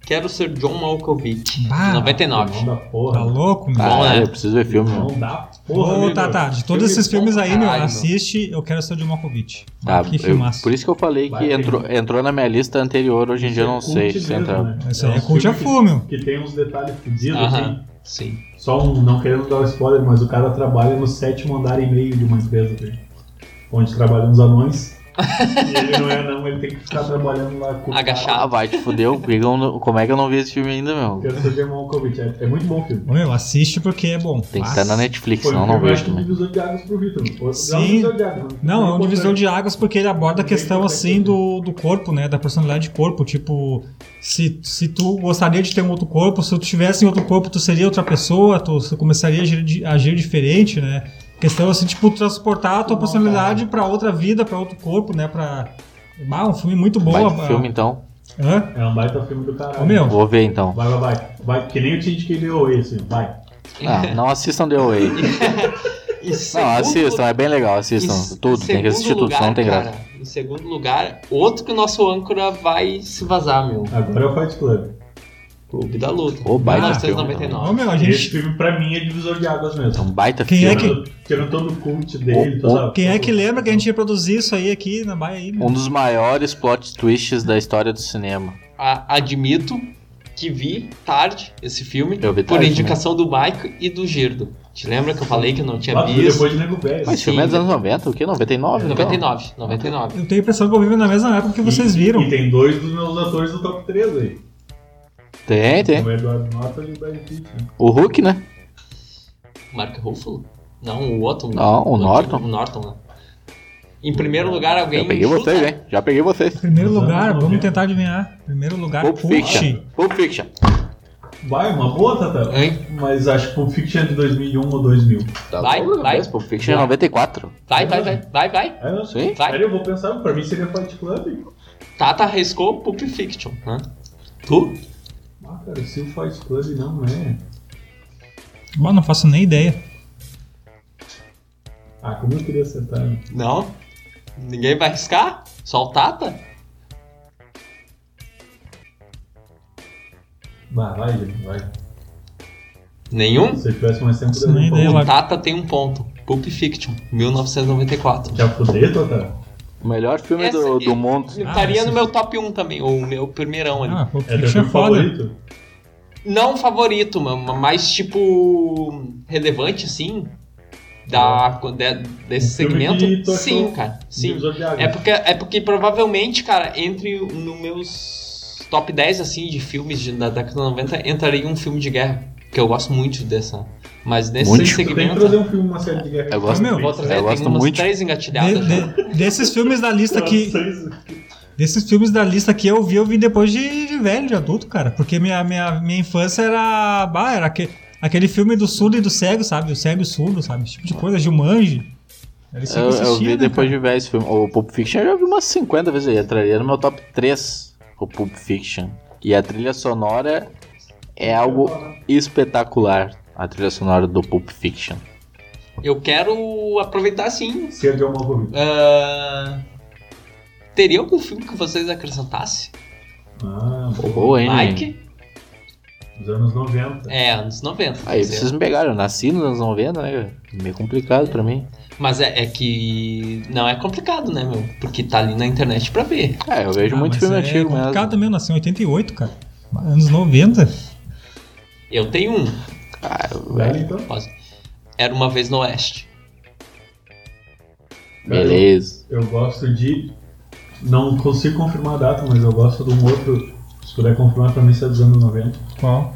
Speaker 3: quero ser John Malkovich.
Speaker 4: Ah,
Speaker 3: 99.
Speaker 1: Não dá
Speaker 4: Tá
Speaker 1: porra.
Speaker 4: louco, meu?
Speaker 3: né?
Speaker 2: Caralho, eu preciso ver filme. mano.
Speaker 1: Não dá porra. né,
Speaker 4: Ô,
Speaker 1: amigo.
Speaker 4: tá, tá. De todos
Speaker 1: Filme
Speaker 4: esses
Speaker 1: bom
Speaker 4: filmes aí, meu,
Speaker 3: caralho.
Speaker 4: assiste Eu Quero Ser de Malkovich.
Speaker 2: Tá,
Speaker 4: que
Speaker 2: eu-
Speaker 4: filmaço.
Speaker 2: por isso que eu falei
Speaker 1: Vai,
Speaker 2: que entrou, entrou na minha lista anterior, hoje em dia eu não
Speaker 1: Cult
Speaker 2: sei se
Speaker 1: mesmo,
Speaker 2: entra.
Speaker 1: né?
Speaker 4: Isso aí
Speaker 1: um
Speaker 4: é cult a
Speaker 1: filme
Speaker 4: full, meu.
Speaker 1: Que, que tem uns detalhes fodidos,
Speaker 3: Aham,
Speaker 1: assim.
Speaker 3: sim.
Speaker 1: Só um, não querendo dar spoiler, mas o cara trabalha no sétimo andar e meio de uma empresa, assim, onde trabalham os anões. e ele não é não, ele tem que ficar trabalhando lá com o cara.
Speaker 3: Agachado.
Speaker 2: Ah, vai te fuder, por que que eu não- como é que eu não vi esse filme ainda, meu?
Speaker 1: Quero saber Malkovich. É, é muito bom o filme.
Speaker 4: Ô, meu, assiste porque é bom.
Speaker 2: Tem que
Speaker 4: Mas-
Speaker 2: estar na Netflix,
Speaker 1: Foi
Speaker 2: senão eu
Speaker 1: um
Speaker 2: não
Speaker 1: filme,
Speaker 2: vejo
Speaker 1: acho que um
Speaker 2: também.
Speaker 1: divisor de águas pro Vitor. Não, um
Speaker 4: Sim.
Speaker 1: divisor de águas, mas
Speaker 4: Não, é um
Speaker 1: importante.
Speaker 4: divisor de águas porque ele aborda a questão assim do, do corpo, né? Da personalidade de corpo. Tipo, se, se tu gostaria de ter um outro corpo, se tu tivesse em outro corpo, tu seria outra pessoa, tu, tu começaria a agir, di- agir diferente, né? Questão assim, tipo, transportar a tua personalidade pra outra vida, pra outro corpo, né? Pra. Ah, um filme muito bom.
Speaker 2: Baita
Speaker 4: a-
Speaker 2: filme então.
Speaker 4: Hã?
Speaker 1: É um baita filme do caralho.
Speaker 4: Ô, meu.
Speaker 2: Vou ver então.
Speaker 1: Vai, vai, vai. Vai, que nem eu te indiquei The Away, assim. Vai.
Speaker 2: Ah, não assistam The Away.
Speaker 3: Em
Speaker 2: Não,
Speaker 3: segundo-
Speaker 2: assistam, é bem legal, assistam.
Speaker 3: em-
Speaker 2: Tudo,
Speaker 3: em
Speaker 2: tem que assistir
Speaker 3: segundo
Speaker 2: tudo, senão não tem
Speaker 3: lugar,
Speaker 2: graça.
Speaker 3: cara, Em segundo lugar, outro que o nosso âncora vai se vazar, meu.
Speaker 1: Agora é o Fight Club.
Speaker 3: Clube da Luta.
Speaker 2: Ô, baita
Speaker 4: Ô,
Speaker 3: 1999.
Speaker 4: meu, a
Speaker 1: Esse
Speaker 4: gente.
Speaker 1: filme, pra mim, é divisor de águas
Speaker 2: É
Speaker 1: mesmo.
Speaker 2: um baita
Speaker 4: Quem é
Speaker 2: filme.
Speaker 4: que-
Speaker 1: Tirando, tirando todo o cult dele,
Speaker 2: O-
Speaker 1: toda-
Speaker 4: Quem é que lembra que a gente ia produzir isso aí aqui na Bahia aí, meu?
Speaker 2: Um dos maiores plot twists da história do cinema.
Speaker 3: A- admito que vi tarde esse filme
Speaker 2: Eu vi
Speaker 3: por
Speaker 2: tarde né?
Speaker 3: indicação do Maico e do Girdo. Te lembra que eu falei que eu não tinha
Speaker 1: Ah,
Speaker 3: visto?
Speaker 1: depois de Nego Velho.
Speaker 2: Mas
Speaker 3: Sim.
Speaker 2: filme é dos anos 90, o quê? 99? então?
Speaker 3: 99, 99.
Speaker 4: Eu tenho a impressão que eu vivo na mesma época que vocês
Speaker 1: E-
Speaker 4: viram.
Speaker 1: E tem dois dos meus atores do top 3 aí.
Speaker 2: Tem, tem.
Speaker 1: O Eduardo Norton e o Brad Pitt. né?
Speaker 2: O Hulk, né?
Speaker 3: Mark Ruffalo? Não, o outro.
Speaker 2: Não, o Norton.
Speaker 3: O Norton, né? Em primeiro lugar, alguém.
Speaker 2: Eu peguei
Speaker 3: chuta-
Speaker 2: vocês, hein? Já peguei vocês.
Speaker 4: Primeiro
Speaker 1: Os anos
Speaker 4: lugar, vamos
Speaker 1: 90.
Speaker 4: tentar adivinhar. Primeiro lugar,
Speaker 2: Pulp
Speaker 4: Cult.
Speaker 2: Fiction. Pulp Fiction.
Speaker 1: Vai, uma boa, Tata.
Speaker 3: Hein?
Speaker 1: Mas acho que Pulp Fiction é de 2001 ou 2000.
Speaker 2: Tá
Speaker 3: Vai,
Speaker 2: bom,
Speaker 3: vai.
Speaker 2: mas Pulp Fiction é 94.
Speaker 3: Vai, vai, vai, vai, vai.
Speaker 1: É, eu
Speaker 2: Sim?
Speaker 3: Vai.
Speaker 1: Sério, eu vou pensar. Pra mim seria Fight Club.
Speaker 3: Tata arriscou Pulp Fiction, né? Tu?
Speaker 1: Ah, cara, se o Fight Club não é...
Speaker 4: Bom, não faço nem ideia.
Speaker 1: Ah, como eu queria acertar. né?
Speaker 3: Não. Ninguém vai arriscar? Só o Tata?
Speaker 1: Bah, vai, gente, vai.
Speaker 3: Nenhum?
Speaker 1: Se eu tivesse mais tempo,
Speaker 4: Nossa,
Speaker 1: daria
Speaker 4: nem
Speaker 1: um
Speaker 4: ideia,
Speaker 1: pouco.
Speaker 4: lá.
Speaker 3: O Tata tem um ponto. Pulp Fiction, 1994.
Speaker 1: Já fuder, Tata?
Speaker 2: O melhor filme
Speaker 3: Essa
Speaker 2: do,
Speaker 3: aqui.
Speaker 2: do mundo.
Speaker 1: Ah,
Speaker 3: Estaria
Speaker 4: esse-
Speaker 3: no meu top 1 também, ou o meu primeirão ali.
Speaker 4: Ah, Pulp
Speaker 1: É teu
Speaker 4: Fiction é
Speaker 1: filme
Speaker 4: foda.
Speaker 1: favorito?
Speaker 3: Não favorito, mano, mas tipo. relevante assim. Da, de- desse
Speaker 1: Ah. Um filme
Speaker 3: segmento?
Speaker 1: que tu achou
Speaker 3: Sim, cara. Sim.
Speaker 1: Divisor de águas.
Speaker 3: É porque, é porque provavelmente, cara, entre no meus top 10 assim de filmes de- da década de 90 entraria um filme de guerra, que eu gosto muito dessa. Mas nesse
Speaker 2: Muito.
Speaker 1: Tu tem que
Speaker 3: segmento,
Speaker 1: trazer um filme, uma série de guerra.
Speaker 2: Eu gosto-
Speaker 4: Ah, Meu, é,
Speaker 3: eu vou trazer
Speaker 2: Eu
Speaker 3: tem
Speaker 2: gosto
Speaker 3: umas
Speaker 2: muito.
Speaker 3: três engatilhadas. né? já.
Speaker 4: De- de- desses filmes da lista que.
Speaker 1: Vocês-
Speaker 4: Desses filmes da lista que eu vi, eu vi depois de, de velho, de adulto, cara. Porque minha, minha, minha infância era. Bah, era aque- aquele filme do surdo e do cego, sabe? O cego e o surdo, sabe? Esse tipo de coisa, Gilmanji. Era isso que eu
Speaker 2: Eu, eu
Speaker 4: assistia,
Speaker 2: vi
Speaker 4: né,
Speaker 2: depois de ver esse filme. O Pulp Fiction eu já vi umas 50 vezes. Ele entraria no meu top 3, o Pulp Fiction. E a trilha sonora é algo espetacular. A trilha sonora do Pulp Fiction.
Speaker 3: Eu quero aproveitar assim.
Speaker 1: Esquerda é uma Malkovich.
Speaker 3: ah, Teria algum filme que vocês acrescentassem?
Speaker 1: Ah,
Speaker 2: Pô, Boa, hein?
Speaker 3: Mike?
Speaker 1: os anos 90.
Speaker 3: É, anos 90. quer
Speaker 2: Aí
Speaker 3: dizer.
Speaker 2: vocês me pegaram. Eu nasci nos anos 90, né? cara? Meio complicado pra mim.
Speaker 3: Mas é, é que não é complicado, né, meu? Porque tá ali na internet pra ver.
Speaker 2: É, eu vejo
Speaker 4: Ah,
Speaker 2: muito
Speaker 4: mas
Speaker 2: filme
Speaker 4: é
Speaker 2: antigo mesmo.
Speaker 4: complicado também, eu nasci em 88, cara. Anos 90.
Speaker 3: Eu tenho um.
Speaker 2: Ah, eu-
Speaker 1: Vai, então.
Speaker 3: Quase. Era uma vez no Oeste.
Speaker 2: beleza.
Speaker 1: Eu gosto de. Não consigo confirmar a data, mas eu gosto de um outro. Se puder confirmar pra mim se é dos anos 90.
Speaker 4: Qual?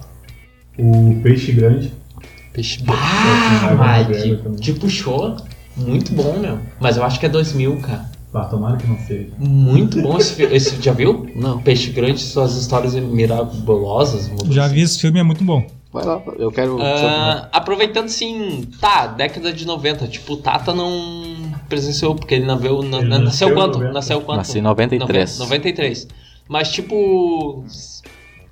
Speaker 1: O Peixe Grande.
Speaker 3: Peixe
Speaker 1: Ah,
Speaker 3: Ah,
Speaker 1: Mike,
Speaker 3: Mike, te puxou. Muito bom, meu. Mas eu acho que é 2000, cara.
Speaker 1: Ah, tomara que não seja.
Speaker 3: Muito bom esse filme. Esse, já viu?
Speaker 2: Não.
Speaker 3: Peixe Grande, suas histórias mirabolosas. uma coisa
Speaker 4: Já
Speaker 3: assim.
Speaker 4: vi esse filme, é muito bom.
Speaker 2: Vai lá, eu quero.
Speaker 4: né?
Speaker 3: Ah, aproveitando sim, tá, década de 90, tipo, o Tata não presenciou, porque ele, naveu, na-
Speaker 4: Ele
Speaker 3: na-
Speaker 4: nasceu
Speaker 3: nasceu,
Speaker 4: em
Speaker 3: quanto?
Speaker 4: 90.
Speaker 3: Nasceu quanto?
Speaker 2: Nasci em 93.
Speaker 3: 93. Mas, tipo, s-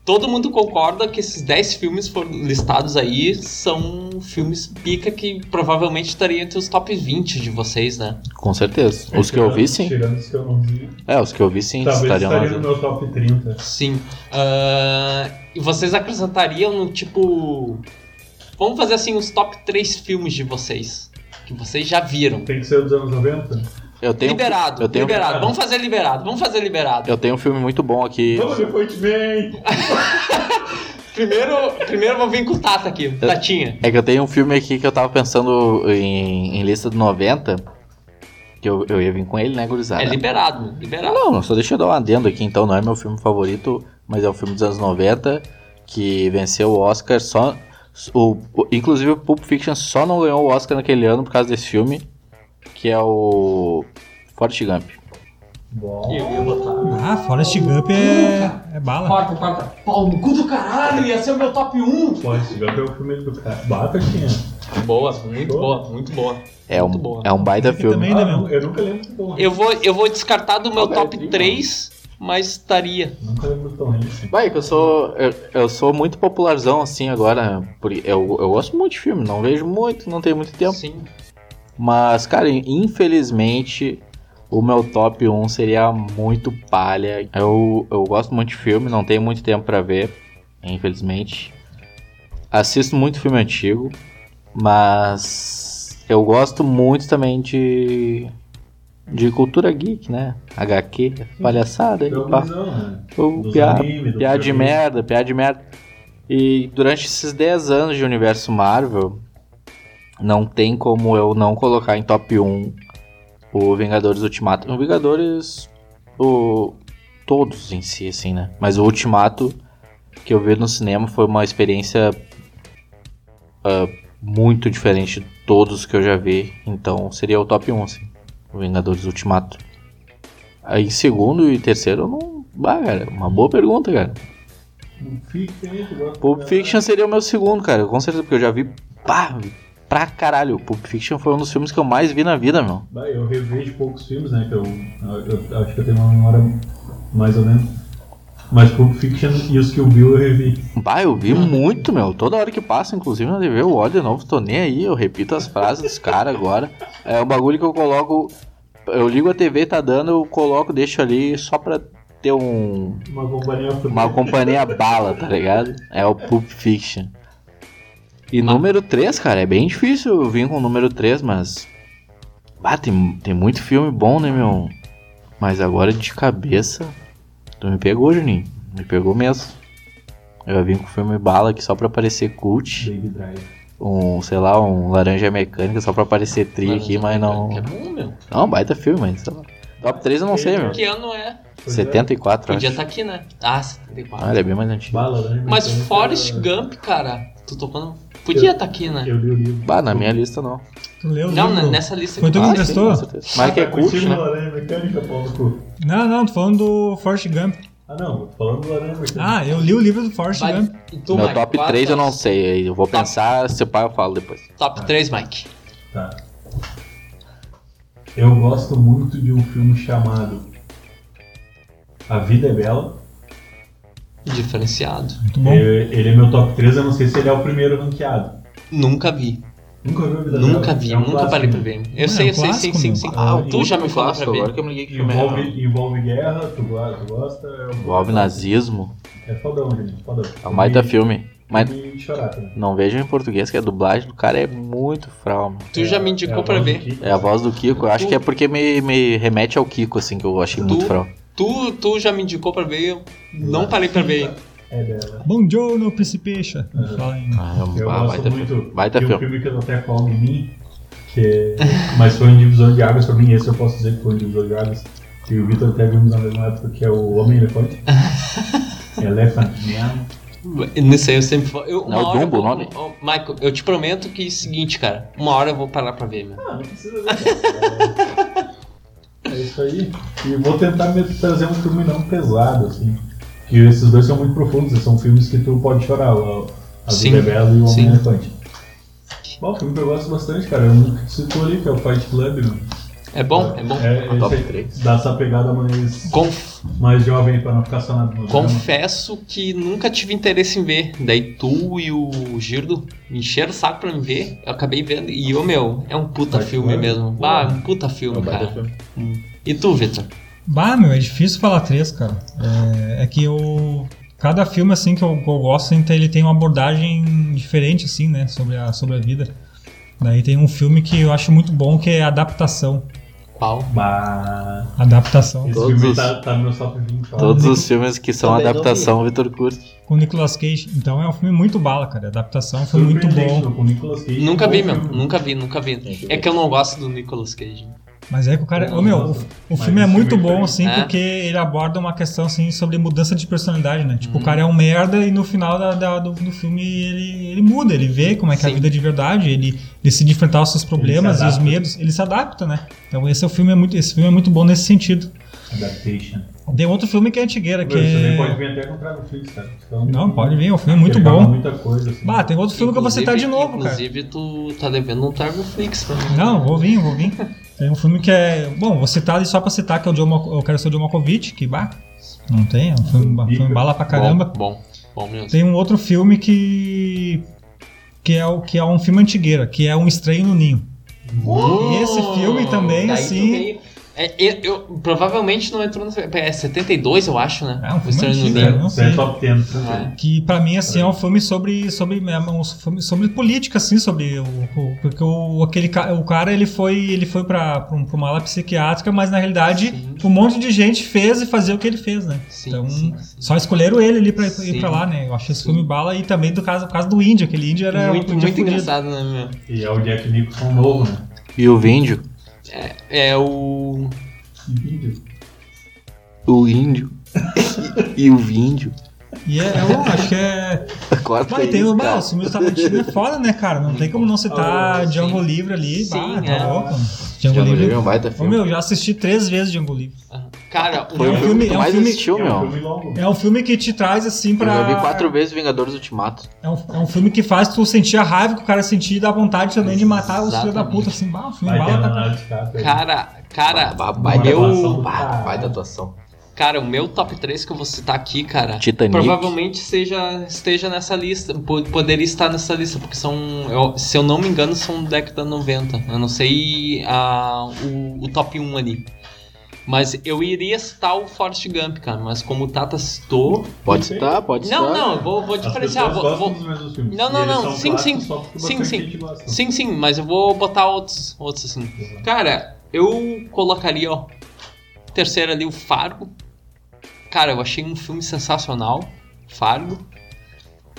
Speaker 3: todo mundo concorda que esses 10 filmes foram listados aí são filmes pica que provavelmente estariam entre os top 20 de vocês, né?
Speaker 2: Com certeza. Os que eu vi, sim.
Speaker 1: Tirando os que eu não vi.
Speaker 2: É, os que eu vi, sim,
Speaker 1: Talvez
Speaker 2: estariam
Speaker 1: estaria no
Speaker 2: lá.
Speaker 1: meu top 30.
Speaker 3: Sim. Ah, E vocês acrescentariam no tipo. Vamos fazer assim os top 3 filmes de vocês. Que vocês já viram.
Speaker 1: Tem que ser dos anos 90?
Speaker 2: Eu tenho,
Speaker 3: liberado,
Speaker 2: eu tenho,
Speaker 3: liberado. Vamos fazer liberado, vamos fazer liberado.
Speaker 2: Eu tenho um filme muito bom aqui.
Speaker 1: Vamos depois vem!
Speaker 3: Primeiro, primeiro eu vou vir com o Tata aqui, Tatinha.
Speaker 2: É que eu tenho um filme aqui que eu tava pensando em, em lista do 90. Que eu, eu ia vir com ele, né, gurizada?
Speaker 3: É liberado, liberado.
Speaker 2: Não, só deixa eu dar um adendo aqui, então não é meu filme favorito, mas é um filme dos anos 90 que venceu o Oscar só. O, o- inclusive o Pulp Fiction só não ganhou o Oscar naquele ano por causa desse filme, que é o. Forte Gump.
Speaker 1: Bom.
Speaker 3: Eu ia botar.
Speaker 4: Ah, Forrest Gump é, é bala.
Speaker 3: Corta, corta. Pau no cu do caralho, ia ser o meu top 1.
Speaker 1: Forrest Gump é o filme do cara. Bata, né? tinha.
Speaker 3: Boa, muito boa, muito boa.
Speaker 2: É um,
Speaker 3: Muito boa.
Speaker 2: é um baita
Speaker 4: Aqui também,
Speaker 2: filme.
Speaker 4: né,
Speaker 1: Ah,
Speaker 4: meu?
Speaker 1: eu nunca lembro do Tom Hanks.
Speaker 3: Eu vou, eu vou descartar do meu
Speaker 2: Roberto,
Speaker 3: top
Speaker 2: hein,
Speaker 3: 3, mas estaria.
Speaker 1: Nunca lembro do Tom Hanks.
Speaker 2: Vai, que eu sou. Eu, eu sou muito popularzão assim agora. Por, eu, eu gosto muito de filme, não vejo muito, não tenho muito tempo.
Speaker 3: Sim.
Speaker 2: Mas, cara, infelizmente o meu top 1 seria muito palha. Eu, eu gosto muito de filme, não tenho muito tempo pra ver, infelizmente. Assisto muito filme antigo, mas eu gosto muito também de de cultura geek, né? HQ, palhaçada,
Speaker 1: Eu
Speaker 2: pá,
Speaker 1: não, né?
Speaker 2: pô,
Speaker 1: Dos
Speaker 2: piada.
Speaker 1: anime, do
Speaker 2: Piada de
Speaker 1: filme.
Speaker 2: merda, piada de merda. E durante esses 10 anos de universo Marvel, não tem como eu não colocar em top 1 o Vingadores Ultimato. O Vingadores. O, todos em si, assim, né? Mas o Ultimato que eu vi no cinema foi uma experiência ah, muito diferente de todos que eu já vi. Então seria o top 1, assim. O Vingadores Ultimato. Aí em segundo e terceiro eu não. Bah, cara, uma boa pergunta, cara.
Speaker 1: Pulp Fiction, hein, tu gosta
Speaker 2: Pulp
Speaker 1: da-
Speaker 2: Fiction seria o meu segundo, cara, com certeza, porque eu já vi pá, pra caralho. Pulp Fiction foi um dos filmes que eu mais vi na vida, meu.
Speaker 1: Bah, eu revejo poucos filmes, né? Que eu, eu- eu acho que eu tenho uma memória mais ou menos. Mas Pulp Fiction e os Kill Bill eu revi.
Speaker 2: Bah, eu vi muito, meu. Toda hora que passa, inclusive na TV, eu olho de novo, tô nem aí, eu repito as frases dos caras agora. É um bagulho que eu coloco. Eu ligo a TV, tá dando, eu coloco, deixo ali só pra ter um.
Speaker 1: Uma companhia
Speaker 2: Uma companhia bala, tá ligado? É o Pulp Fiction. E número 3, cara, é bem difícil eu vir com o número 3, mas. Ah, tem, tem muito filme bom, né, meu? Mas agora de cabeça. Tu me pegou, Juninho. Me pegou mesmo. Eu vim com filme bala aqui só pra parecer cult.
Speaker 1: Baby Drive.
Speaker 2: Um, sei lá, um laranja mecânica só pra parecer tri aqui, mas não.
Speaker 3: Que é bom, meu.
Speaker 2: Não, um baita filme, mas sei lá. Top 3 eu não sei, meu.
Speaker 3: Que ano é?
Speaker 1: Pois é.
Speaker 2: 74,
Speaker 3: Podia
Speaker 2: acho.
Speaker 3: estar aqui, né? Ah, 74.
Speaker 2: Ah, ele é bem mais antigo.
Speaker 1: Bala, né?
Speaker 3: Mas
Speaker 1: Então,
Speaker 3: Forrest
Speaker 1: eu-
Speaker 3: Gump, cara, tu tocando. Podia estar aqui, né?
Speaker 1: Eu li o livro.
Speaker 2: Bah, na minha lista não.
Speaker 4: Tu leu o
Speaker 3: Não,
Speaker 4: livro?
Speaker 3: né, nessa lista
Speaker 4: Foi
Speaker 3: aqui.
Speaker 4: tu que
Speaker 2: Ah,
Speaker 4: emprestou?
Speaker 2: sim, com certeza. Mas que é
Speaker 1: Tá
Speaker 2: cult,
Speaker 1: curtindo
Speaker 2: né?
Speaker 1: Laranja Mecânica, Paulo Cu?
Speaker 4: Não, não, tô falando do Forrest Gump.
Speaker 1: Ah, não, tô falando do Laranja Mecânica.
Speaker 4: Ah, eu li o livro do Forrest
Speaker 3: Vai,
Speaker 4: Gump.
Speaker 3: e tu,
Speaker 2: Meu
Speaker 3: Mike,
Speaker 2: top
Speaker 3: qual é
Speaker 2: 3 eu
Speaker 3: teu-
Speaker 2: não sei. Eu vou
Speaker 3: Tá.
Speaker 2: pensar, se pá, eu falo depois.
Speaker 1: É.
Speaker 3: Top 3, Mike.
Speaker 1: Tá. Eu gosto muito de um filme chamado A Vida é Bela.
Speaker 3: Diferenciado.
Speaker 4: Muito bom.
Speaker 1: Ele, ele é meu top 3, eu não sei se ele é o primeiro ranqueado.
Speaker 3: Nunca vi.
Speaker 1: Nunca viu a Vida Bela?
Speaker 3: Nunca vi,
Speaker 1: É um
Speaker 3: nunca
Speaker 1: clássico.
Speaker 3: parei pra ver. Eu
Speaker 4: Mano,
Speaker 3: sei, eu
Speaker 4: é um
Speaker 3: sei, sim,
Speaker 4: clássico,
Speaker 3: sim,
Speaker 4: meu.
Speaker 3: sim.
Speaker 2: Ah, e
Speaker 3: tu já me falou pra ver.
Speaker 2: Agora que eu me liguei que filme
Speaker 1: Envolve,
Speaker 2: é.
Speaker 1: envolve guerra, tu, go- tu gosta? é um-
Speaker 2: Envolve nazismo.
Speaker 1: É fodão, gente, fodão.
Speaker 2: É um baita
Speaker 1: E-
Speaker 2: filme. Mas
Speaker 1: e chorar também.
Speaker 2: não vejo em português, que a dublagem do cara é muito fral, meu.
Speaker 3: Tu já me
Speaker 1: É
Speaker 3: indicou
Speaker 1: a
Speaker 3: pra
Speaker 1: voz do
Speaker 3: ver.
Speaker 1: Kiko.
Speaker 2: É a voz do Kiko. Eu acho que é porque me, me remete ao Kiko, assim, que eu achei muito
Speaker 3: Tu-
Speaker 2: fral.
Speaker 3: Tu, tu já me indicou pra ver, eu não parei pra ver. ainda.
Speaker 1: É dela.
Speaker 4: Bom giorno, Principecha.
Speaker 1: Uhum.
Speaker 4: Fala aí.
Speaker 2: Ah, é um
Speaker 1: Eu
Speaker 2: ba-
Speaker 1: gosto
Speaker 2: baita
Speaker 1: muito.
Speaker 2: filme. Baita
Speaker 1: Tem um
Speaker 2: filme.
Speaker 1: filme que eu até falo em mim, que é... mas foi um divisor de águas pra mim. Esse eu posso dizer que foi um divisor de águas. E o Vitor até vimos na mesma época, que é o né? Homem Elefante. Elephant Man.
Speaker 3: Não sei, eu sempre falo. Eu, uma
Speaker 2: Não, é
Speaker 3: hora eu
Speaker 2: Dumbo
Speaker 3: vou-
Speaker 2: o nome?
Speaker 3: Ô, Michael, eu te prometo que é o seguinte, cara. Uma hora eu vou parar pra ver, meu.
Speaker 1: Ah, não precisa ver. cara. É é isso aí. E vou tentar me trazer um filme não pesado, assim. Que esses dois são muito profundos, são filmes que tu pode chorar. A, a
Speaker 6: A
Speaker 3: Sim,
Speaker 6: Vida é Bela e o Homem
Speaker 3: sim.
Speaker 6: Elefante. Bom, filme que eu gosto bastante, cara. É um que tu citou ali, que é o Fight Club, mano.
Speaker 3: É
Speaker 1: Ah,
Speaker 3: bom, é bom.
Speaker 6: É, é
Speaker 2: Top
Speaker 6: esse aí.
Speaker 2: três.
Speaker 6: Dá essa pegada mais,
Speaker 3: Conf-
Speaker 6: mais jovem pra não ficar só na né? novela.
Speaker 3: confesso que nunca tive interesse em ver. Daí tu e o Girdo me encheram o saco pra me ver. Eu acabei vendo. E o meu, é um puta
Speaker 6: Vai,
Speaker 3: filme
Speaker 6: vai.
Speaker 3: mesmo. Ah, um puta
Speaker 4: É
Speaker 3: filme, cara. E tu, Victor?
Speaker 4: Bah, meu, é difícil falar três, cara. É, é que eu. Cada filme, assim, que eu, que eu gosto, então ele tem uma abordagem diferente, assim, né? Sobre a, sobre a vida. Daí tem um filme que eu acho muito bom, que é Adaptação.
Speaker 3: Qual?
Speaker 6: Mas
Speaker 4: Adaptação.
Speaker 6: esse
Speaker 2: Todos
Speaker 6: filme
Speaker 2: os-
Speaker 6: tá, tá no meu top 20. ó.
Speaker 2: Todos os filmes que são
Speaker 7: Também não
Speaker 2: adaptação, Vitor curte.
Speaker 4: Com o Nicolas Cage. Então é um filme muito bala, cara. Adaptação foi muito
Speaker 6: Surpreendente,
Speaker 4: bom.
Speaker 6: Com o Nicolas Cage.
Speaker 3: Nunca
Speaker 6: Bom
Speaker 3: vi, meu.
Speaker 6: filme.
Speaker 3: Nunca vi, nunca vi. É que eu não gosto do Nicolas Cage.
Speaker 4: Mas é que o cara.
Speaker 6: Não,
Speaker 4: Ô, meu, o,
Speaker 6: nossa,
Speaker 4: o
Speaker 6: mas
Speaker 4: filme é
Speaker 6: esse
Speaker 4: muito
Speaker 6: filme
Speaker 4: bom,
Speaker 6: tem-
Speaker 4: assim,
Speaker 3: É.
Speaker 4: porque ele aborda uma questão, assim, sobre mudança de personalidade, né?
Speaker 3: Uhum.
Speaker 4: Tipo, o cara é um merda e no final da- da- do, do filme ele, ele muda, ele vê como é que é a
Speaker 3: Sim.
Speaker 4: vida de verdade, ele decide enfrentar os seus problemas e os
Speaker 6: adapta.
Speaker 4: medos, ele se adapta, né? Então esse, é o filme é muito, esse filme é muito bom nesse sentido.
Speaker 6: Adaptation.
Speaker 4: Tem outro filme que é antigueira,
Speaker 6: Meu,
Speaker 4: que.
Speaker 6: Isso também pode
Speaker 4: é-
Speaker 6: vir até com o Netflix, cara. Então,
Speaker 4: Não, pode vir, é um filme
Speaker 6: ele tá
Speaker 4: muito
Speaker 6: fala
Speaker 4: bom.
Speaker 6: Muita coisa, assim.
Speaker 4: Bah, tem outro filme que eu vou citar de
Speaker 3: Inclusive-
Speaker 4: novo, cara.
Speaker 3: Inclusive, tu tá devendo um Targo Flix pra mim.
Speaker 4: Não, vou vir, vou vir. Tem um filme que é. Bom, vou citar ele só pra citar que é o John Mal- Eu Quero Ser o John Malkovich, que bah. Não tem, é um filme, ba- filme bala pra caramba.
Speaker 3: Bom, bom, bom mesmo.
Speaker 4: Tem um outro filme que. que é, o, que é um filme antigueira, que é Um Estranho no Ninho.
Speaker 3: Uou!
Speaker 4: E esse filme também,
Speaker 3: Daí tu
Speaker 4: assim-
Speaker 3: veio- É, eu, eu- provavelmente não entrou no. É 72, eu acho, né?
Speaker 4: É um
Speaker 3: O
Speaker 4: filme
Speaker 3: Estranho no
Speaker 4: antigo,
Speaker 6: É,
Speaker 3: Ninho.
Speaker 4: não
Speaker 6: isso é
Speaker 4: sei.
Speaker 6: top 10. né?
Speaker 3: É.
Speaker 4: Que pra mim, assim, é um filme sobre. sobre, é um filme sobre política, assim, sobre. O, o- porque o, aquele, ca- o cara ele foi, ele foi pra, pra, um- pra uma ala psiquiátrica, mas na realidade
Speaker 3: Sim.
Speaker 4: um monte de gente fez e fazia o que ele fez, né?
Speaker 3: Sim,
Speaker 4: então,
Speaker 3: sim, sim.
Speaker 4: só escolheram ele ali pra ir-
Speaker 3: Sim.
Speaker 4: ir pra lá, né? Eu achei esse
Speaker 3: Sim.
Speaker 4: filme bala e também do caso, por causa do índio, aquele índio era um
Speaker 3: muito,
Speaker 4: índio
Speaker 3: muito
Speaker 4: fudido.
Speaker 3: engraçado, né, meu?
Speaker 6: E é o Jack Nicholson novo, né?
Speaker 2: E o Víndio?
Speaker 3: É o.
Speaker 6: Que vídeo.
Speaker 2: O Índio. e o Víndio.
Speaker 4: E é, eu acho que é.
Speaker 2: Corta
Speaker 4: Vai, tem
Speaker 2: isso,
Speaker 4: o
Speaker 2: cara.
Speaker 4: bah, os filmes do Tarantino é foda, né, cara? Não tem como não citar
Speaker 3: Ah, sim.
Speaker 4: Django Livre ali. bah,
Speaker 3: Sim,
Speaker 4: tá
Speaker 3: é.
Speaker 4: louco. mano.
Speaker 1: né?
Speaker 2: Já
Speaker 4: Django
Speaker 2: não lembro, é
Speaker 4: Livre.
Speaker 2: um baita
Speaker 4: Ô,
Speaker 2: filme.
Speaker 4: meu, já assisti três vezes Django Livre.
Speaker 3: Cara,
Speaker 2: Foi
Speaker 4: é
Speaker 2: o
Speaker 4: um
Speaker 3: o.
Speaker 2: filme que
Speaker 4: filme-
Speaker 2: tu
Speaker 4: é um
Speaker 2: mais
Speaker 4: filme-
Speaker 2: assistiu,
Speaker 6: É um
Speaker 2: meu.
Speaker 6: filme longo.
Speaker 4: É um filme que te traz assim
Speaker 2: Eu
Speaker 4: pra.
Speaker 2: já vi quatro vezes Vingadores Ultimato.
Speaker 4: É um, é um filme que faz tu sentir a raiva que o cara sentir e dá vontade também de matar os filhos da puta, assim, bah, um filme
Speaker 6: Vai ter
Speaker 4: bala.
Speaker 6: a
Speaker 4: Tá...
Speaker 6: Leonardo DiCaprio.
Speaker 3: Cara, cara,
Speaker 2: Ba- Vai
Speaker 6: Uma
Speaker 2: da atuação.
Speaker 6: gravação.
Speaker 2: Ba- Vai da atuação.
Speaker 3: cara, o meu top 3 que eu vou citar aqui, cara.
Speaker 2: Titanic.
Speaker 3: Provavelmente seja, esteja nessa lista. po- Poderia estar nessa lista, porque são. eu- se eu não me engano, são década 90. Eu não sei a, o, o top 1 ali. Mas eu iria citar o Forrest Gump, cara. Mas como o Tata citou.
Speaker 2: Pode citar, pode citar. né?
Speaker 3: Não, não, eu vou, vou
Speaker 6: As
Speaker 3: diferenciar.
Speaker 6: pessoas
Speaker 3: Vou,
Speaker 6: gostam
Speaker 3: vou-
Speaker 6: dos mesmos filmes.
Speaker 3: Não,
Speaker 6: E
Speaker 3: não,
Speaker 6: eles
Speaker 3: não,
Speaker 6: são
Speaker 3: sim,
Speaker 6: clássicos
Speaker 3: sim.
Speaker 6: só porque
Speaker 3: Sim,
Speaker 6: bastante
Speaker 3: sim.
Speaker 6: gente gosta.
Speaker 3: Sim, sim, mas eu vou botar outros, outros assim. Cara, eu colocaria, ó. Terceiro ali, o Fargo. Cara, eu achei um filme sensacional. Fargo.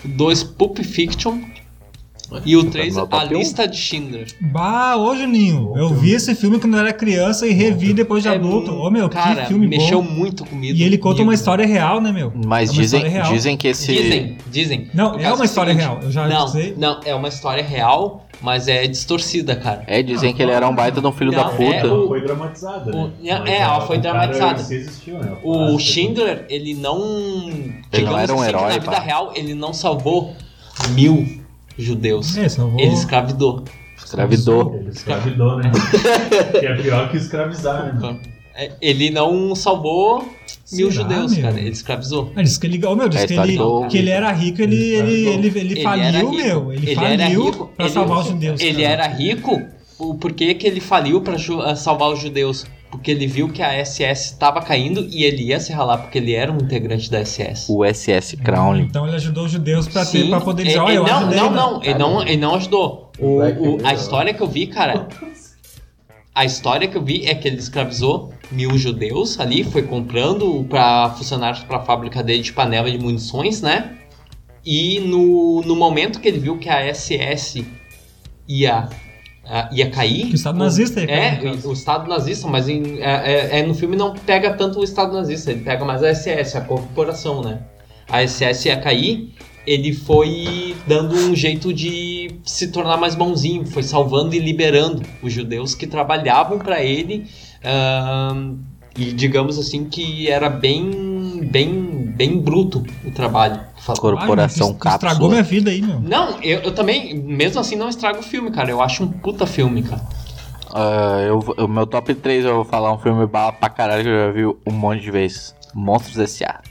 Speaker 3: O dois, Pulp Fiction. E o três,
Speaker 2: no
Speaker 3: A
Speaker 2: top um.
Speaker 3: Lista de Schindler.
Speaker 4: Bah, ô Juninho, eu vi esse filme quando eu era criança e revi depois de
Speaker 3: É
Speaker 4: adulto.
Speaker 3: mu-
Speaker 4: Ô meu,
Speaker 3: cara,
Speaker 4: que filme
Speaker 3: mexeu
Speaker 4: bom.
Speaker 3: muito comigo.
Speaker 4: E ele conta
Speaker 3: comigo.
Speaker 4: uma história real, né, meu?
Speaker 2: Mas
Speaker 4: É uma
Speaker 2: dizem,
Speaker 4: história real.
Speaker 2: dizem que esse.
Speaker 3: Dizem, dizem.
Speaker 4: Não,
Speaker 3: No
Speaker 4: é
Speaker 3: caso,
Speaker 4: uma história
Speaker 3: seguinte,
Speaker 4: real. Eu já
Speaker 3: Não,
Speaker 4: sei.
Speaker 3: não, é uma história real, mas é distorcida, cara.
Speaker 2: É, dizem que ele era um baita de um filho
Speaker 3: Não,
Speaker 2: da
Speaker 6: É,
Speaker 2: puta.
Speaker 6: ela
Speaker 3: o-
Speaker 6: foi dramatizada.
Speaker 3: o-
Speaker 6: né?
Speaker 3: é,
Speaker 6: Mas
Speaker 3: é, ela foi
Speaker 6: o cara
Speaker 3: dramatizada.
Speaker 6: se existiu, né?
Speaker 3: O
Speaker 4: Ah,
Speaker 6: Clássico.
Speaker 3: Schindler, ele não. digamos
Speaker 2: não era um
Speaker 3: assim, que
Speaker 2: herói,
Speaker 3: Na vida
Speaker 2: pá.
Speaker 3: real, ele não salvou mil judeus.
Speaker 4: É, salvou.
Speaker 3: Ele escravidou.
Speaker 2: Escravidou.
Speaker 6: Ele escravidou, né? que é pior que escravizar, né?
Speaker 3: É, Ele não salvou mil
Speaker 4: Será,
Speaker 3: judeus,
Speaker 4: meu?
Speaker 3: cara. Ele escravizou.
Speaker 4: Ah, disse que ele, oh, meu, disse
Speaker 2: É,
Speaker 4: que, ele,
Speaker 2: escravizou.
Speaker 4: que ele era rico, ele, ele, ele, ele,
Speaker 3: Ele era
Speaker 4: faliu,
Speaker 3: rico.
Speaker 4: meu. Ele,
Speaker 3: era
Speaker 4: faliu
Speaker 3: rico,
Speaker 4: pra
Speaker 3: ele-
Speaker 4: salvar os judeus.
Speaker 3: Ele
Speaker 4: cara.
Speaker 3: era rico. O porquê que ele faliu pra ju- ah, salvar os judeus? Porque ele viu que a SS estava caindo e ele ia se ralar, porque ele era um integrante da SS.
Speaker 2: O SS Crowley.
Speaker 4: Então ele ajudou os judeus pra, ter,
Speaker 3: Sim,
Speaker 4: pra poder dizer,
Speaker 3: ele-
Speaker 4: ó,
Speaker 3: ele
Speaker 4: eu
Speaker 3: não,
Speaker 4: ajudei,
Speaker 3: não,
Speaker 4: né?
Speaker 3: não, ele não, ele não ajudou. O- o- a história que eu vi, cara. A história que eu vi é que ele escravizou mil judeus ali, foi comprando para funcionários para a fábrica dele de panela de munições, né? E no, no momento que ele viu que a SS ia, a- ia cair.
Speaker 4: Que o Estado
Speaker 3: o-
Speaker 4: nazista ia
Speaker 3: É,
Speaker 4: cair, no caso.
Speaker 3: o Estado nazista, mas em- é- é- é, no filme não pega tanto o Estado nazista, ele pega mais a SS, a corporação, né? a SS ia cair, ele foi dando um jeito de se tornar mais bonzinho, foi salvando e liberando os judeus que trabalhavam para ele, ahn, e digamos assim que era bem bem, bem bruto o trabalho. Fala-
Speaker 2: Corporação
Speaker 4: Ai, Ah, meu, tu- tu
Speaker 2: Cápsula.
Speaker 4: Estragou minha vida aí, meu.
Speaker 3: Não, eu, eu também, mesmo assim, não estrago o filme, cara. Eu acho um puta filme, cara.
Speaker 2: Ah, eu, vou- o meu top 3 eu vou falar um filme bala pra caralho que eu já vi um monte de vezes. Monstros S.A.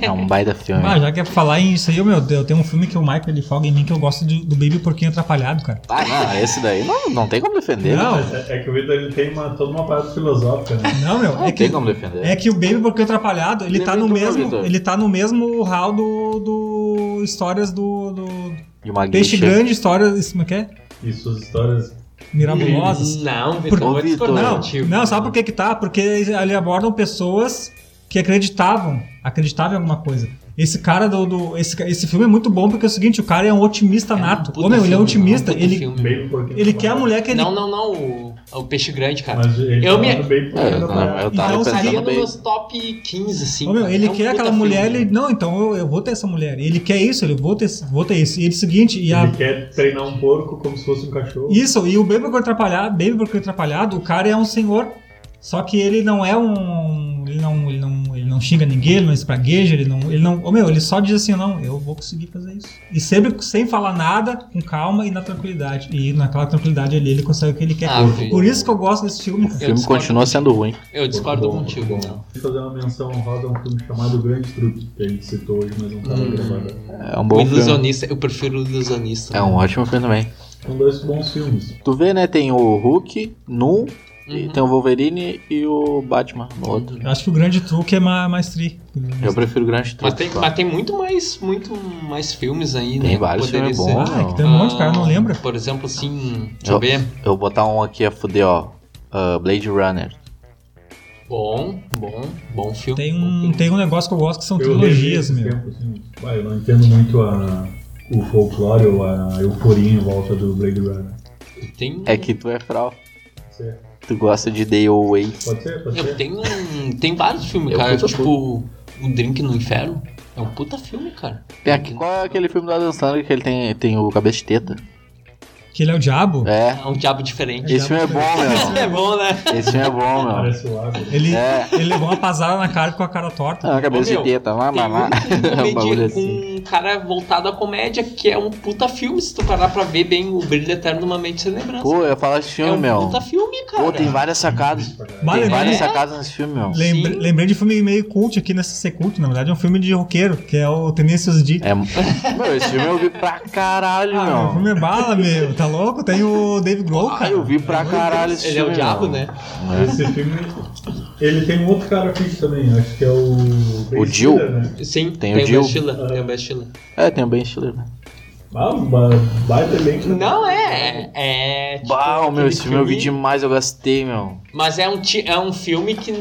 Speaker 2: é um baita filme.
Speaker 4: Ah, já que é pra falar em isso aí, eu, meu Deus, tem um filme que o Michael ele folga em mim que eu gosto de- do Baby Porquinho Atrapalhado, cara.
Speaker 2: Ah, não, esse daí não, não tem como defender.
Speaker 4: Não.
Speaker 2: né?
Speaker 6: Mas É, é que o Vitor ele tem uma, toda uma parada filosófica, né?
Speaker 4: Não, meu,
Speaker 2: Não
Speaker 4: é
Speaker 2: tem
Speaker 4: que,
Speaker 2: como defender.
Speaker 4: é que o Baby Porquinho Atrapalhado, ele tá,
Speaker 2: Lembra
Speaker 4: no
Speaker 2: do
Speaker 4: mesmo,
Speaker 2: Vitor.
Speaker 4: ele tá no mesmo hall do, do histórias do, do
Speaker 2: de uma
Speaker 4: Peixe
Speaker 2: guicha.
Speaker 4: Grande, histórias, isso, como é que é?
Speaker 6: E suas histórias.
Speaker 4: Mirabolosas.
Speaker 3: Hum, Não, tipo. Vitor, eu vou
Speaker 2: Vitor.
Speaker 3: discordar
Speaker 4: Não,
Speaker 3: contigo.
Speaker 4: não, sabe por que que tá? Porque ali abordam pessoas que acreditavam, acreditavam em alguma coisa. Esse cara do, do- esse, esse filme é muito bom porque é o seguinte, o cara é um otimista
Speaker 3: É um
Speaker 4: nato.
Speaker 3: puta
Speaker 4: Ô, meu, ele é
Speaker 3: filme,
Speaker 4: otimista,
Speaker 3: é um puta
Speaker 4: ele,
Speaker 3: filme.
Speaker 6: Bem um pouquinho.
Speaker 4: ele quer a mulher que ele
Speaker 3: Não, não, não, o, o Peixe Grande, cara.
Speaker 6: Mas ele
Speaker 3: Eu
Speaker 6: tá
Speaker 3: me-
Speaker 6: falando bem
Speaker 2: É, eu,
Speaker 6: pouquinho da
Speaker 2: tava- eu
Speaker 6: parada.
Speaker 2: tava
Speaker 4: Então,
Speaker 3: Estaria
Speaker 2: pensando
Speaker 3: nos
Speaker 2: bem.
Speaker 3: meus top 15, assim.
Speaker 4: Ô, meu,
Speaker 3: cara.
Speaker 4: ele
Speaker 3: É um
Speaker 4: quer
Speaker 3: puta
Speaker 4: aquela mulher,
Speaker 3: filme.
Speaker 4: ele. Não, então eu, eu vou ter essa mulher. Ele quer isso, ele vou ter, esse- vou ter isso. E ele seguinte, e a.
Speaker 6: Ele quer treinar um porco como se fosse um cachorro.
Speaker 4: Isso, e o Baby Porco Atrapalhado, Baby Porco Atrapalhado, o cara é um senhor. Só que ele não é um. Ele não, ele não, ele não xinga ninguém, ele não espragueja, ele não. Ele não. Ô meu, ele só diz assim, não, eu vou conseguir fazer isso. E sempre sem falar nada, com calma e na tranquilidade. E naquela tranquilidade ali ele consegue o que ele quer.
Speaker 3: Ah, filho.
Speaker 4: Por isso que eu gosto desse filme,
Speaker 2: O
Speaker 4: cara.
Speaker 3: Eu
Speaker 2: filme
Speaker 3: discordo.
Speaker 2: continua sendo ruim.
Speaker 3: Eu discordo
Speaker 6: Bom,
Speaker 3: contigo,
Speaker 6: bom.
Speaker 3: não.
Speaker 6: Vou fazer uma menção honrosa a um filme chamado Grande Truque, que a gente citou hoje, mas não tá estava
Speaker 3: Hum.
Speaker 6: gravado.
Speaker 2: É um
Speaker 3: O
Speaker 2: bom filme.
Speaker 3: Ilusionista, eu prefiro o Ilusionista.
Speaker 2: É um ótimo filme também.
Speaker 6: São dois bons filmes.
Speaker 2: Tu vê, né? Tem o Hulk, Num, e
Speaker 3: Uhum.
Speaker 2: tem o Wolverine e o Batman no outro.
Speaker 4: Eu acho que o grande truque é ma- mais tri.
Speaker 2: Eu
Speaker 3: É
Speaker 2: prefiro o Grande
Speaker 3: Mas
Speaker 2: Truque.
Speaker 3: tem,
Speaker 2: pô.
Speaker 3: mas tem muito mais, muito mais filmes aí, né?
Speaker 2: Tem vários
Speaker 3: Poderia
Speaker 2: filmes
Speaker 3: ser.
Speaker 2: bons,
Speaker 4: Ah, é
Speaker 2: meu.
Speaker 4: que tem um monte, cara, não
Speaker 3: Ah,
Speaker 4: lembra.
Speaker 3: Por exemplo, assim,
Speaker 2: Eu,
Speaker 3: deixa eu ver.
Speaker 2: eu vou botar um aqui a fuder, ó. Ah, Blade Runner.
Speaker 3: Bom, bom, bom filme.
Speaker 4: Tem
Speaker 3: bom
Speaker 4: um,
Speaker 3: filme.
Speaker 4: tem um negócio que eu gosto que são
Speaker 6: Eu revi
Speaker 4: trilogias,
Speaker 6: esse
Speaker 4: meu.
Speaker 1: então.
Speaker 6: tempo, assim, vai, eu não entendo muito a, o folclore ou a euforia em volta do Blade Runner.
Speaker 3: Tem-
Speaker 2: É que tu é fral.
Speaker 6: Pode ser,
Speaker 2: Tu gosta de Day Away.
Speaker 6: pode ser. Pode
Speaker 3: Eu
Speaker 6: ser.
Speaker 3: tenho um- tem vários filmes,
Speaker 2: É um
Speaker 3: cara.
Speaker 2: puta
Speaker 3: Tipo, O Drink no Inferno. É um puta filme, cara.
Speaker 2: Tem aqui, qual é aquele filme do Adam Sandler que ele tem, tem o cabeça de teta?
Speaker 4: Que ele é o diabo.
Speaker 2: É.
Speaker 3: É um diabo diferente.
Speaker 2: Esse filme é bom, meu.
Speaker 3: É bom, né?
Speaker 2: Esse filme é bom, meu.
Speaker 6: Parece o Lázaro.
Speaker 4: Ele,
Speaker 2: É.
Speaker 4: ele levou uma pasada na cara com a cara torta.
Speaker 2: Ah, cabeça
Speaker 3: Ô,
Speaker 2: de
Speaker 3: meu,
Speaker 2: teta, lá,
Speaker 3: Tem
Speaker 2: lá, lá.
Speaker 3: um,
Speaker 2: Um bagulho
Speaker 3: comédia com
Speaker 2: assim.
Speaker 3: um cara voltado à comédia, que é um puta filme, se tu parar pra ver bem o Brilho Eterno de uma Mente Sem Lembrança.
Speaker 2: Pô, eu ia falar esse
Speaker 3: é
Speaker 2: filme,
Speaker 3: um
Speaker 2: meu.
Speaker 3: puta filme, cara.
Speaker 2: Pô, tem várias sacadas.
Speaker 4: Bah,
Speaker 2: Tem
Speaker 4: lembrei,
Speaker 2: várias sacadas nesse filme, meu.
Speaker 4: lembrei-
Speaker 3: Sim.
Speaker 4: lembrei de filme meio cult aqui nessa ser cult, na verdade, é um filme de roqueiro, que é o Tenacious D.
Speaker 2: É... Meu, esse filme eu vi pra caralho,
Speaker 4: Ah, meu, o
Speaker 2: meu.
Speaker 4: filme é bala, meu. Tá louco? Tem o Dave Grohl,
Speaker 2: Ah,
Speaker 4: cara.
Speaker 2: eu vi pra caralho esse
Speaker 3: Ele é
Speaker 2: filme.
Speaker 3: o diabo,
Speaker 2: meu.
Speaker 3: né?
Speaker 6: Esse filme, ele tem um outro cara fixo também, acho que é o... Ben
Speaker 2: O Jill?
Speaker 6: Stiller, Né?
Speaker 3: Sim,
Speaker 2: Tem
Speaker 3: tem,
Speaker 2: o Jill.
Speaker 3: o Bastila. Tem o Ben Stiller.
Speaker 2: É, tem o Ben Stiller. né?
Speaker 6: Ah, um ba- baita elenco.
Speaker 3: Não, é. É. é, tipo,
Speaker 2: Bah, ô, meu,
Speaker 3: aquele
Speaker 2: esse filme eu vi demais, eu gastei, meu.
Speaker 3: Mas é um, ti- é um filme que.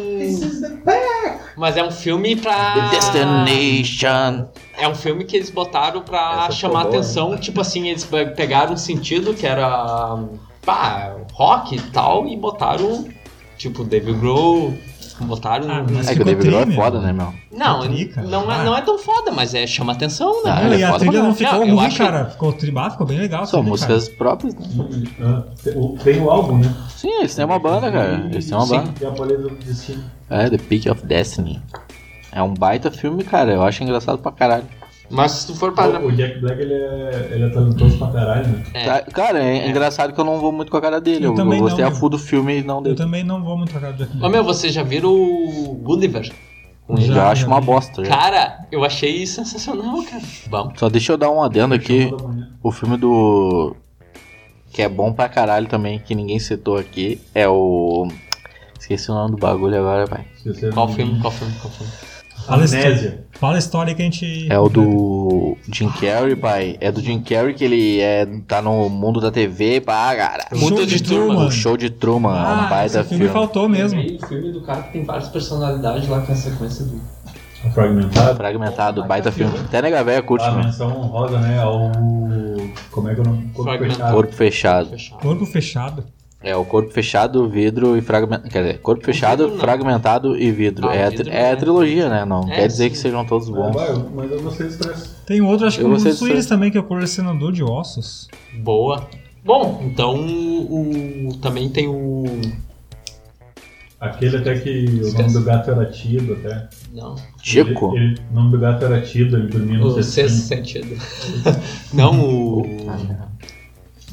Speaker 3: Mas é um filme pra.
Speaker 2: The Destination.
Speaker 3: É um filme que eles botaram pra
Speaker 6: Essa
Speaker 3: chamar
Speaker 6: ficou boa,
Speaker 3: atenção. Tipo assim, eles pe- pegaram um sentido que era. pá, rock e tal, e botaram. Tipo, David Grohl. Botaram. um
Speaker 4: Ah, mas-
Speaker 2: É que o
Speaker 4: Ficou
Speaker 2: David Grohl é
Speaker 4: tri, meu.
Speaker 2: foda, né, meu?
Speaker 3: Não,
Speaker 4: Ficou tri, cara.
Speaker 3: não, é, não é tão foda, mas é chamar atenção, né?
Speaker 2: Ah,
Speaker 4: Não,
Speaker 2: ele
Speaker 4: e
Speaker 2: é
Speaker 4: a
Speaker 2: foda
Speaker 4: trilha
Speaker 2: pra
Speaker 3: caralho.
Speaker 4: não
Speaker 3: Não,
Speaker 4: ficou
Speaker 3: eu
Speaker 4: ruim,
Speaker 3: acho que-
Speaker 4: cara. Ficou tribá, ficou bem legal.
Speaker 2: São
Speaker 4: sabe, cara?
Speaker 2: músicas próprias, né?
Speaker 6: Ah, tem o- tem o álbum, né?
Speaker 2: Sim, eles têm uma banda, cara. Eles têm uma
Speaker 3: Sim.
Speaker 2: banda.
Speaker 6: Japonesa do Destino.
Speaker 2: É, The Peak of Destiny. É um baita filme, cara. Eu acho engraçado pra caralho.
Speaker 3: Mas se tu for para.
Speaker 6: O Jack Black, ele é, ele é talentoso pra caralho, né?
Speaker 3: É.
Speaker 2: Tá- Cara, é,
Speaker 3: É.
Speaker 2: engraçado que eu não vou muito com a cara dele.
Speaker 4: Eu
Speaker 2: Eu, eu
Speaker 4: também não,
Speaker 2: gostei a
Speaker 4: meu.
Speaker 2: full do filme e não
Speaker 4: Eu
Speaker 2: dele.
Speaker 4: também não vou muito tragar do Jack
Speaker 3: Ô
Speaker 4: Black.
Speaker 3: meu, vocês já viram o Gulliver?
Speaker 2: Eu
Speaker 4: Já,
Speaker 2: já acho
Speaker 4: já
Speaker 2: uma
Speaker 4: vi.
Speaker 2: bosta. já.
Speaker 3: Cara, eu achei sensacional, cara. Vamos.
Speaker 2: Só deixa eu dar um adendo aqui.
Speaker 6: Uma da manhã.
Speaker 2: O filme do. Que é bom pra caralho também, que ninguém citou aqui, é o. Esqueci o nome do bagulho agora, pai.
Speaker 6: Esqueceram
Speaker 3: Qual
Speaker 6: de-
Speaker 3: filme? Qual filme? Qual filme?
Speaker 4: Fala a história-
Speaker 6: Amnésia.
Speaker 4: Fala a história aí que a gente.
Speaker 2: É o do Jim Carrey, pai. É do Jim Carrey que ele é, tá no mundo da TV, pá, cara.
Speaker 4: Show
Speaker 3: Mundo de Truman.
Speaker 2: O show de Truman, é um
Speaker 4: Ah,
Speaker 2: baita
Speaker 4: esse filme,
Speaker 2: filme.
Speaker 4: faltou mesmo.
Speaker 3: O filme do cara que tem várias personalidades lá com a sequência do.
Speaker 6: Fragmentado.
Speaker 2: Fragmentado, um baita filme. Até nega velha curte,
Speaker 1: Ah,
Speaker 4: Ah,
Speaker 6: A
Speaker 1: é
Speaker 2: mano.
Speaker 1: um
Speaker 6: menção honrosa, né? Ao. Como é que eu não.
Speaker 3: Fragmentado.
Speaker 4: né?
Speaker 2: Corpo fechado.
Speaker 3: Fechado.
Speaker 4: Corpo fechado.
Speaker 2: É o corpo fechado, vidro e fragmentado. Quer dizer, corpo fechado,
Speaker 3: vidro não.
Speaker 2: fragmentado e vidro.
Speaker 3: Ah,
Speaker 2: é, a,
Speaker 3: vidro
Speaker 2: tri- é a
Speaker 3: é.
Speaker 2: trilogia, né? Não
Speaker 3: É,
Speaker 2: quer dizer
Speaker 3: sim.
Speaker 2: que sejam todos
Speaker 6: Bom.
Speaker 2: bons.
Speaker 6: mas eu gostei desse preço.
Speaker 4: Tem outro, acho que
Speaker 2: Eu
Speaker 4: um
Speaker 2: gostei
Speaker 4: dos
Speaker 2: disso
Speaker 4: Willis
Speaker 2: aí.
Speaker 4: também, que é o colecionador de ossos.
Speaker 3: Boa. Bom, então o, o- também tem o.
Speaker 1: Aquele até que o nome do gato era Tido, até.
Speaker 3: Não.
Speaker 2: Tico?
Speaker 1: Ele- ele- o nome do gato era Tido, ele dormia no
Speaker 3: O sexto
Speaker 1: cestinho.
Speaker 3: sentido. Não, o.
Speaker 2: Ah,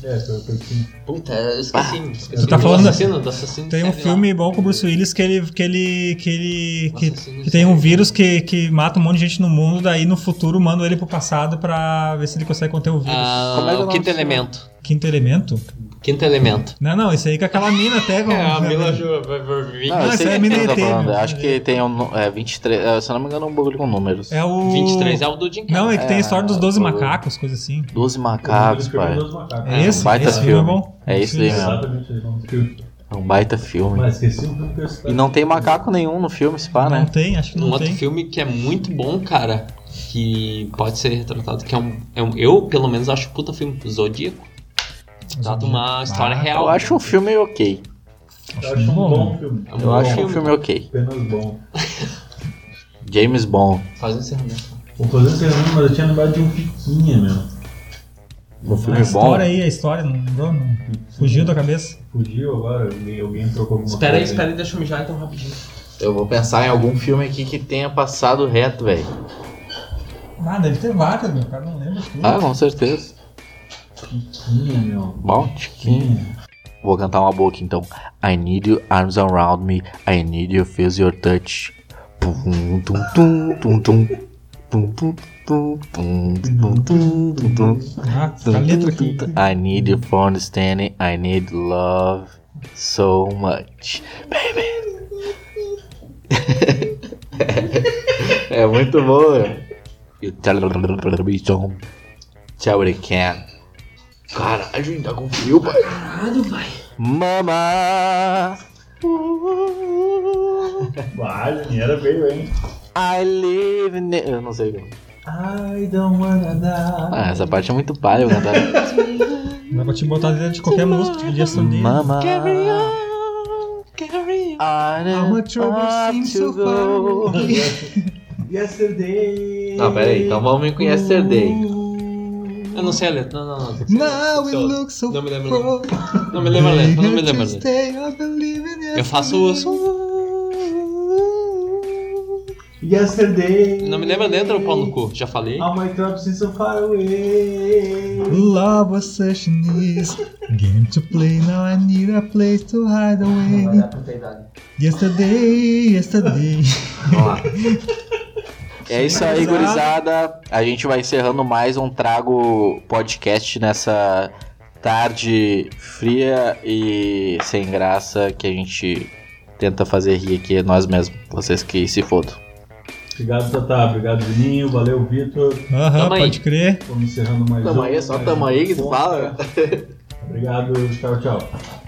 Speaker 1: É, foi o Pertinho.
Speaker 3: Puta, eu
Speaker 2: Ah,
Speaker 3: esqueci. esqueci.
Speaker 4: Tu tá
Speaker 3: Do
Speaker 4: falando-
Speaker 3: assassino, do assassino
Speaker 4: Tem um
Speaker 3: sério lá.
Speaker 4: filme bom com o Bruce Willis que ele. que ele. que ele. que,
Speaker 3: Assassino
Speaker 4: que tem um
Speaker 3: sério.
Speaker 4: vírus que, que mata um monte de gente no mundo, daí no futuro manda ele pro passado pra ver se ele consegue conter o vírus.
Speaker 3: Ah,
Speaker 2: Como é que é o
Speaker 3: o
Speaker 2: nome
Speaker 3: quinto
Speaker 2: desse filme?
Speaker 3: elemento.
Speaker 4: Quinto elemento?
Speaker 3: Quinto elemento.
Speaker 4: Não, não, isso aí com aquela mina até. com-
Speaker 3: É, a
Speaker 2: Não, eu
Speaker 3: Mila
Speaker 4: Ah, isso
Speaker 2: sei
Speaker 4: é
Speaker 2: de quem tu tá
Speaker 4: MNT,
Speaker 2: falando.
Speaker 4: meu.
Speaker 2: Eu Acho que tem um. nu- É 23. é, Se eu não me engano, é um bagulho com números.
Speaker 4: É o.
Speaker 3: 23 é o do Jim
Speaker 4: Não, é que tem a história dos 12
Speaker 2: É,
Speaker 4: macacos, coisa assim.
Speaker 2: 12
Speaker 1: Ele
Speaker 2: macacos,
Speaker 1: escreveu
Speaker 2: pai. um
Speaker 1: Dois macacos.
Speaker 4: É esse?
Speaker 2: baita
Speaker 4: esse filme é
Speaker 2: filme.
Speaker 4: bom.
Speaker 2: É isso aí mesmo.
Speaker 1: Exatamente, ele não viu.
Speaker 2: É um baita filme.
Speaker 1: Mas esqueci um o filme que eu
Speaker 2: E não tem macaco nenhum no filme, se pá,
Speaker 4: Não
Speaker 2: né?
Speaker 4: tem, acho que
Speaker 3: Um
Speaker 4: não
Speaker 3: outro
Speaker 4: tem.
Speaker 3: filme que é muito bom, cara, que pode ser retratado, que é um. é um- eu, pelo menos, acho puta filme. Zodíaco. Trata uma história
Speaker 4: Ah,
Speaker 3: real.
Speaker 2: Eu acho um filme ok.
Speaker 1: Eu acho um bom filme.
Speaker 3: É um
Speaker 2: Eu
Speaker 3: bom
Speaker 2: acho um filme ok.
Speaker 1: Apenas bom.
Speaker 2: James Bond.
Speaker 3: Faz um encerramento.
Speaker 1: Vou fazer um segundo, mas eu tinha lembrado de um Piquinha, meu.
Speaker 2: Um
Speaker 4: A
Speaker 2: filme bom.
Speaker 4: é história aí, a história, não lembrou? Não- Fugiu da cabeça.
Speaker 1: Fugiu agora, alguém, alguém trocou alguma
Speaker 3: Espera aí,
Speaker 1: coisa.
Speaker 3: espera aí, deixa eu mijar então rapidinho.
Speaker 2: Eu vou pensar em algum filme aqui que tenha passado reto, velho.
Speaker 4: Ah, deve ter várias, meu. O cara não lembra tudo.
Speaker 2: Ah, com certeza.
Speaker 1: Piquinha, meu.
Speaker 2: Bom, tiquinho. Vou cantar uma boa aqui então. I need your arms around me. I need your feels your touch. Pum, tum, tum, tum, tum. Pum, tum, tum, tum, tum, tum, tum, tum.
Speaker 4: Ah, tá a letra aqui.
Speaker 2: I need your phone standing. I need love so much. Baby. é muito boa. You tell me some. Tell it can. Caralho, ainda com frio, pai. Mama.
Speaker 1: Ah, era veio, hein?
Speaker 2: I live in. the- Eu não sei. né?
Speaker 1: I don't wanna die.
Speaker 2: Ah, essa parte é muito palha, eu cantar.
Speaker 4: Dá pra te botar dentro de qualquer música, tu podia esconder.
Speaker 2: Mama. Carry on, carry on.
Speaker 4: How much trouble seems so far away.
Speaker 1: Yesterday.
Speaker 2: Não, pera aí, então vamos me com Yesterday.
Speaker 3: Eu não sei a letra, não, não, não.
Speaker 4: Now it
Speaker 3: Sou-
Speaker 4: looks so
Speaker 3: Não me lembro, não.
Speaker 4: far
Speaker 3: Não me lembro a letra, não me lembro a
Speaker 4: away.
Speaker 3: letra.
Speaker 4: Stay, I believe in
Speaker 3: Eu
Speaker 4: you.
Speaker 3: faço o.
Speaker 1: Yesterday.
Speaker 3: Não me lembro a letra, o pau no cu. Já falei.
Speaker 1: All my drops is so far away.
Speaker 4: Love was such an ease. Game to play, now I need a place to hide away. Yesterday, yesterday.
Speaker 2: Vamos lá. É isso aí, gurizada. A gente vai encerrando mais um Trago Podcast nessa tarde fria e sem graça que a gente tenta fazer rir aqui nós mesmos. Vocês que se fodam.
Speaker 1: Obrigado, Tatá. Obrigado, Vininho. Valeu, Vitor.
Speaker 4: Aham,
Speaker 3: Tamo aí.
Speaker 4: pode crer.
Speaker 1: Vamos encerrando mais
Speaker 2: Tamo
Speaker 1: um,
Speaker 2: aí, só
Speaker 1: mais
Speaker 2: tamo
Speaker 1: um
Speaker 2: aí que tu
Speaker 1: ponto.
Speaker 2: fala.
Speaker 1: Obrigado. Tchau, tchau.